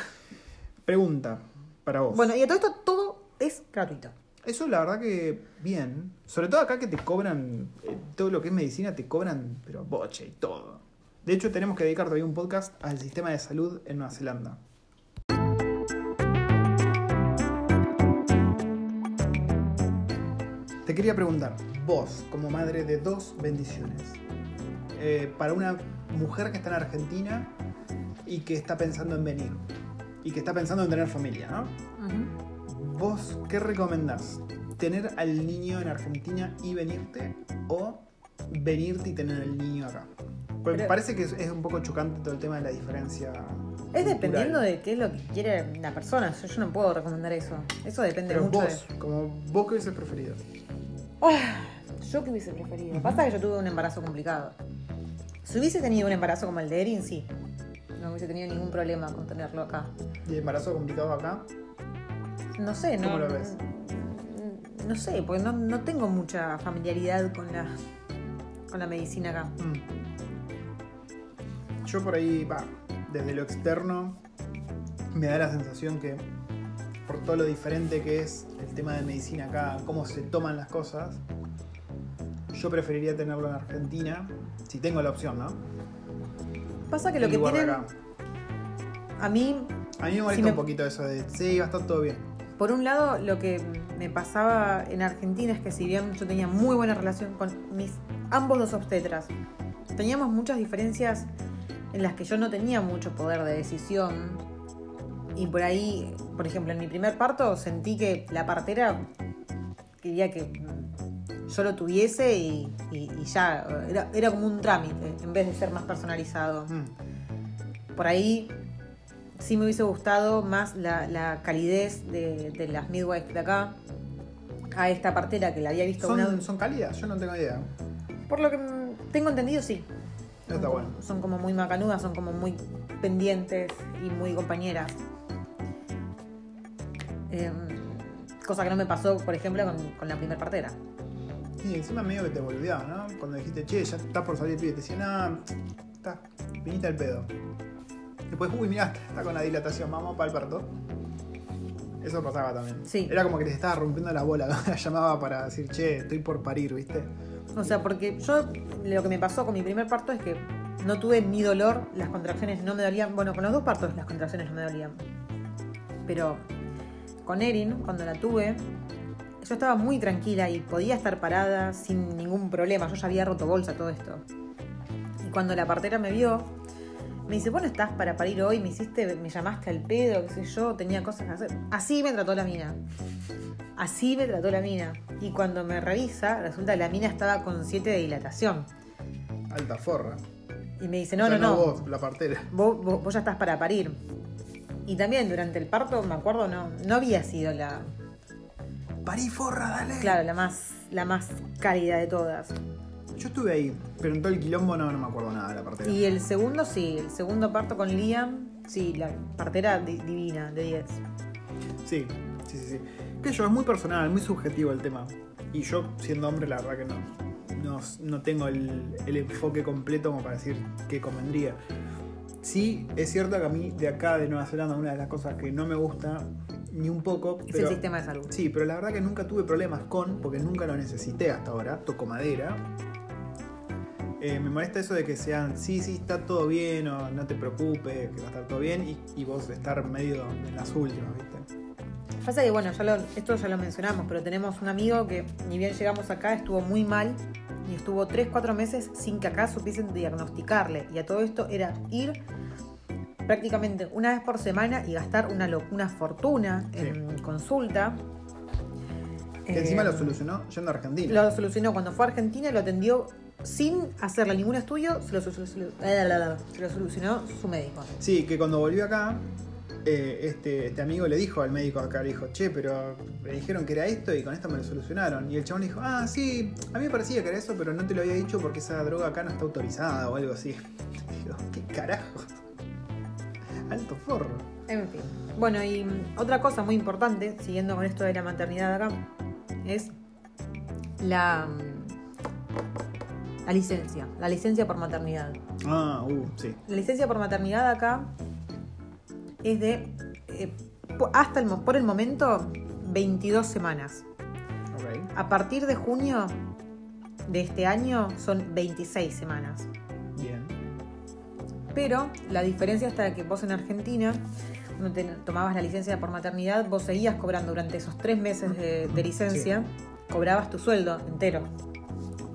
Pregunta para vos. Bueno, y a todo esto todo es gratuito. Eso la verdad que bien. Sobre todo acá que te cobran, eh, todo lo que es medicina te cobran, pero boche y todo. De hecho, tenemos que dedicar todavía un podcast al sistema de salud en Nueva Zelanda. Te quería preguntar, vos, como madre de dos bendiciones, eh, para una mujer que está en Argentina y que está pensando en venir, y que está pensando en tener familia, ¿no? ¿Vos qué recomendás? ¿Tener al niño en Argentina y venirte? ¿O venirte y tener al niño acá? Porque me Pero- parece que es, es un poco chocante todo el tema de la diferencia. Es dependiendo cultural. de qué es lo que quiere la persona. Yo, yo no puedo recomendar eso. Eso depende Pero mucho vos, como vos que hubieses preferido. de... Ah, Yo qué hubiese preferido. Pasa que yo tuve un embarazo complicado. Si hubiese tenido un embarazo como el de Erin, sí. No hubiese tenido ningún problema con tenerlo acá. ¿Y el embarazo complicado acá? No sé, no. ¿Cómo lo ves? No sé, porque no, no tengo mucha familiaridad con la, con la medicina acá. Mm. Yo por ahí, va, desde lo externo, me da la sensación que por todo lo diferente que es el tema de medicina acá, cómo se toman las cosas, yo preferiría tenerlo en Argentina, si tengo la opción, ¿no? Pasa que lo En que lugar de tienen. acá. A mí, A mí me molesta me- un poquito eso de, sí, va a estar todo bien. por un lado, lo que me pasaba en Argentina es que si bien yo tenía muy buena relación con mis ambos los obstetras, teníamos muchas diferencias en las que yo no tenía mucho poder de decisión. Y por ahí, por ejemplo, en mi primer parto sentí que la partera quería que mm, yo lo tuviese y, y- y ya era, era como un trámite en vez de ser más personalizado. Mm. por ahí sí me hubiese gustado más la, la calidez de, de las midwives de acá a esta partera que la había visto ¿Son, una- ¿Son cálidas? Yo no tengo idea. por lo que mm, tengo entendido sí Está Son bueno. como- son como muy macanudas son como muy pendientes y muy compañeras Eh, cosa que no me pasó por ejemplo con, con la primer partera Y encima medio que te boludeaba, ¿no? Cuando dijiste, che, ya está por salir el pibe, te decían, ah, está, viniste al pedo. Después, uy, mirá, está con la dilatación, vamos para el parto. Eso pasaba también. Sí. Era como que te estaba rompiendo la bola, [laughs] la llamaba para decir, che, estoy por parir, ¿viste? O sea, porque yo lo que me pasó con mi primer parto es que no tuve ni dolor, las contracciones no me dolían. Bueno, con los dos partos las contracciones no me dolían. Pero con Erin, cuando la tuve, yo estaba muy tranquila y podía estar parada sin ningún problema. Yo ya había roto bolsa todo esto. Y cuando la partera me vio, me dice, bueno, estás para parir hoy, me hiciste, me llamaste al pedo, qué sé yo, tenía cosas que hacer. Así me trató la mina. Así me trató la mina. Y cuando me revisa, resulta que la mina estaba con 7 de dilatación. Alta forra. Y me dice, no, O sea, no, no, vos, la partera. vos, vos- vos ya estás para parir. Y también durante el parto, me acuerdo, no, no había sido la, Parí, forra, dale. claro, la más, la más cálida de todas. Yo estuve ahí, pero en todo el quilombo no, no me acuerdo nada de la partera. Y el segundo, sí, el segundo parto con Liam, sí, la partera di- divina, de 10. Sí, sí, sí, sí. Que yo, es muy personal, muy subjetivo el tema. Y yo, siendo hombre, la verdad que no, no, no tengo el, el enfoque completo como para decir que convendría. Sí, es cierto que a mí de acá, de Nueva Zelanda, una de las cosas que no me gusta ni un poco. Es pero- el sistema de salud. Sí, pero la verdad que nunca tuve problemas con, porque nunca lo necesité hasta ahora, toco madera. Eh, me molesta eso de que sean, sí, sí, está todo bien, o no te preocupes, que va a estar todo bien, y, y vos estar medio en las últimas, ¿viste? Pasa que, bueno, ya lo- esto ya lo mencionamos, pero tenemos un amigo que, ni bien llegamos acá, estuvo muy mal y estuvo 3-4 meses sin que acá supiesen diagnosticarle. Y a todo esto era ir prácticamente una vez por semana y gastar una, lo- una fortuna en consulta. Que encima Eh, lo solucionó yendo a Argentina. Lo solucionó cuando fue a Argentina, lo atendió sin hacerle ningún estudio, se lo, solu- solu- eh, la, la, la, se lo solucionó su médico. Sí, que cuando volvió acá, eh, este, este amigo le dijo al médico acá, le dijo, che, pero me dijeron que era esto y con esto me lo solucionaron. Y el chabón le dijo, ah, sí, a mí me parecía que era eso, pero no te lo había dicho porque esa droga acá no está autorizada o algo así. [laughs] Digo, ¿qué carajo? Alto forro. En fin. Bueno, y mm, otra cosa muy importante, siguiendo con esto de la maternidad acá, es la, mm, la licencia, la licencia por maternidad. Ah, uh, sí. La licencia por maternidad acá es de, eh, po- hasta el, mo- por el momento, 22 semanas. Ok. A partir de junio de este año son 26 semanas. Bien. Pero la diferencia está que vos en Argentina, cuando te tomabas la licencia por maternidad, vos seguías cobrando durante esos tres meses de, de licencia, cobrabas tu sueldo entero.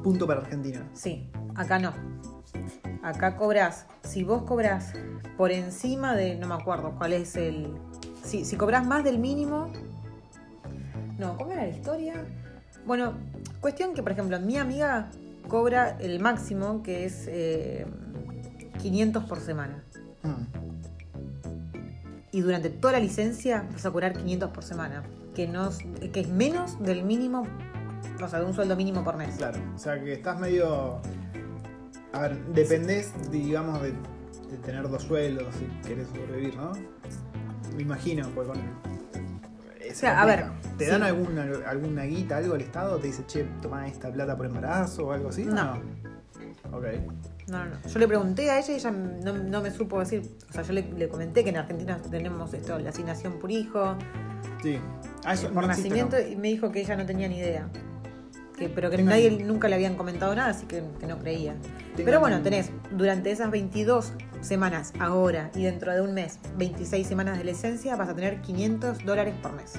Punto para Argentina. Sí, acá no. Acá cobras, si vos cobras por encima de, no me acuerdo cuál es el. Si, si cobras más del mínimo. No, ¿cómo era la historia? Bueno, cuestión que, por ejemplo, mi amiga cobra el máximo que es eh, 500 por semana. Mm. y durante toda la licencia vas a cobrar 500 por semana, que, no, es- que es menos del mínimo, o sea, de un sueldo mínimo por mes. Claro. O sea, que estás medio... A ver, dependés, digamos, de, de tener dos sueldos si querés sobrevivir, ¿no? Me imagino, pues con... O sea, a ver, ¿Te sí. dan alguna, alguna guita, algo al Estado? ¿Te dice, che, toma esta plata por embarazo o algo así? ¿O No. Ok. No, no, no. Yo le pregunté a ella y ella no, no me supo decir, o sea, yo le, le comenté que en Argentina tenemos esto, la asignación por hijo, Sí. Ah, eso por no existe, nacimiento, ¿no? y me dijo que ella no tenía ni idea. que, pero que Tengan- nadie nunca le habían comentado nada, así que, que no creía. Pero bueno, tenés durante esas 22 semanas, ahora y dentro de un mes, 26 semanas de licencia, vas a tener 500 dólares por mes.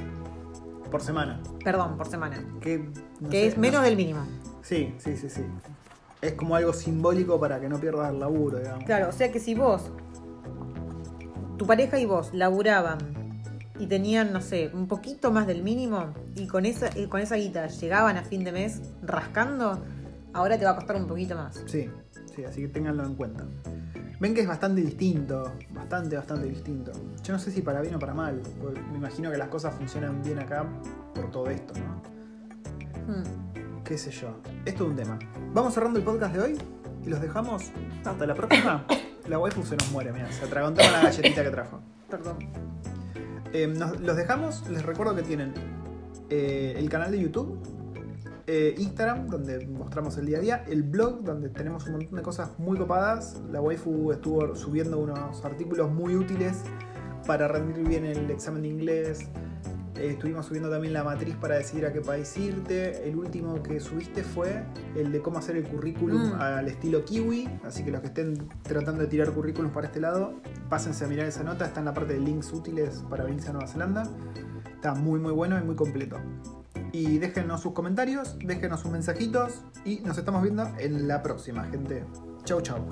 Por semana. Perdón, por semana. Que, no que sé, es no menos sé. del mínimo. Sí, sí, sí, sí. Es como algo simbólico para que no pierdas el laburo, digamos. Claro, o sea que si vos, tu pareja y vos laburaban y tenían, no sé, un poquito más del mínimo y con esa, y con esa guita llegaban a fin de mes rascando, ahora te va a costar un poquito más. Sí, sí, así que ténganlo en cuenta. Ven que es bastante distinto, bastante, bastante distinto. Yo no sé si para bien o para mal, porque me imagino que las cosas funcionan bien acá por todo esto, ¿no? Hmm. Qué sé yo. Esto es un tema. Vamos cerrando el podcast de hoy y los dejamos hasta la próxima. La waifu se nos muere, mira, se atragantó con la galletita que trajo. Perdón. Eh, nos- los dejamos, les recuerdo que tienen eh, el canal de YouTube, eh, Instagram, donde mostramos el día a día, el blog, donde tenemos un montón de cosas muy copadas. La waifu estuvo subiendo unos artículos muy útiles para rendir bien el examen de inglés. Eh, estuvimos subiendo también la matriz para decidir a qué país irte. El último que subiste fue el de cómo hacer el currículum Mm. al estilo kiwi. Así que los que estén tratando de tirar currículums para este lado, pásense a mirar esa nota. Está en la parte de links útiles para venirse a Nueva Zelanda. Está muy muy bueno y muy completo. Y déjenos sus comentarios, déjenos sus mensajitos y nos estamos viendo en la próxima, gente. Chau, chau.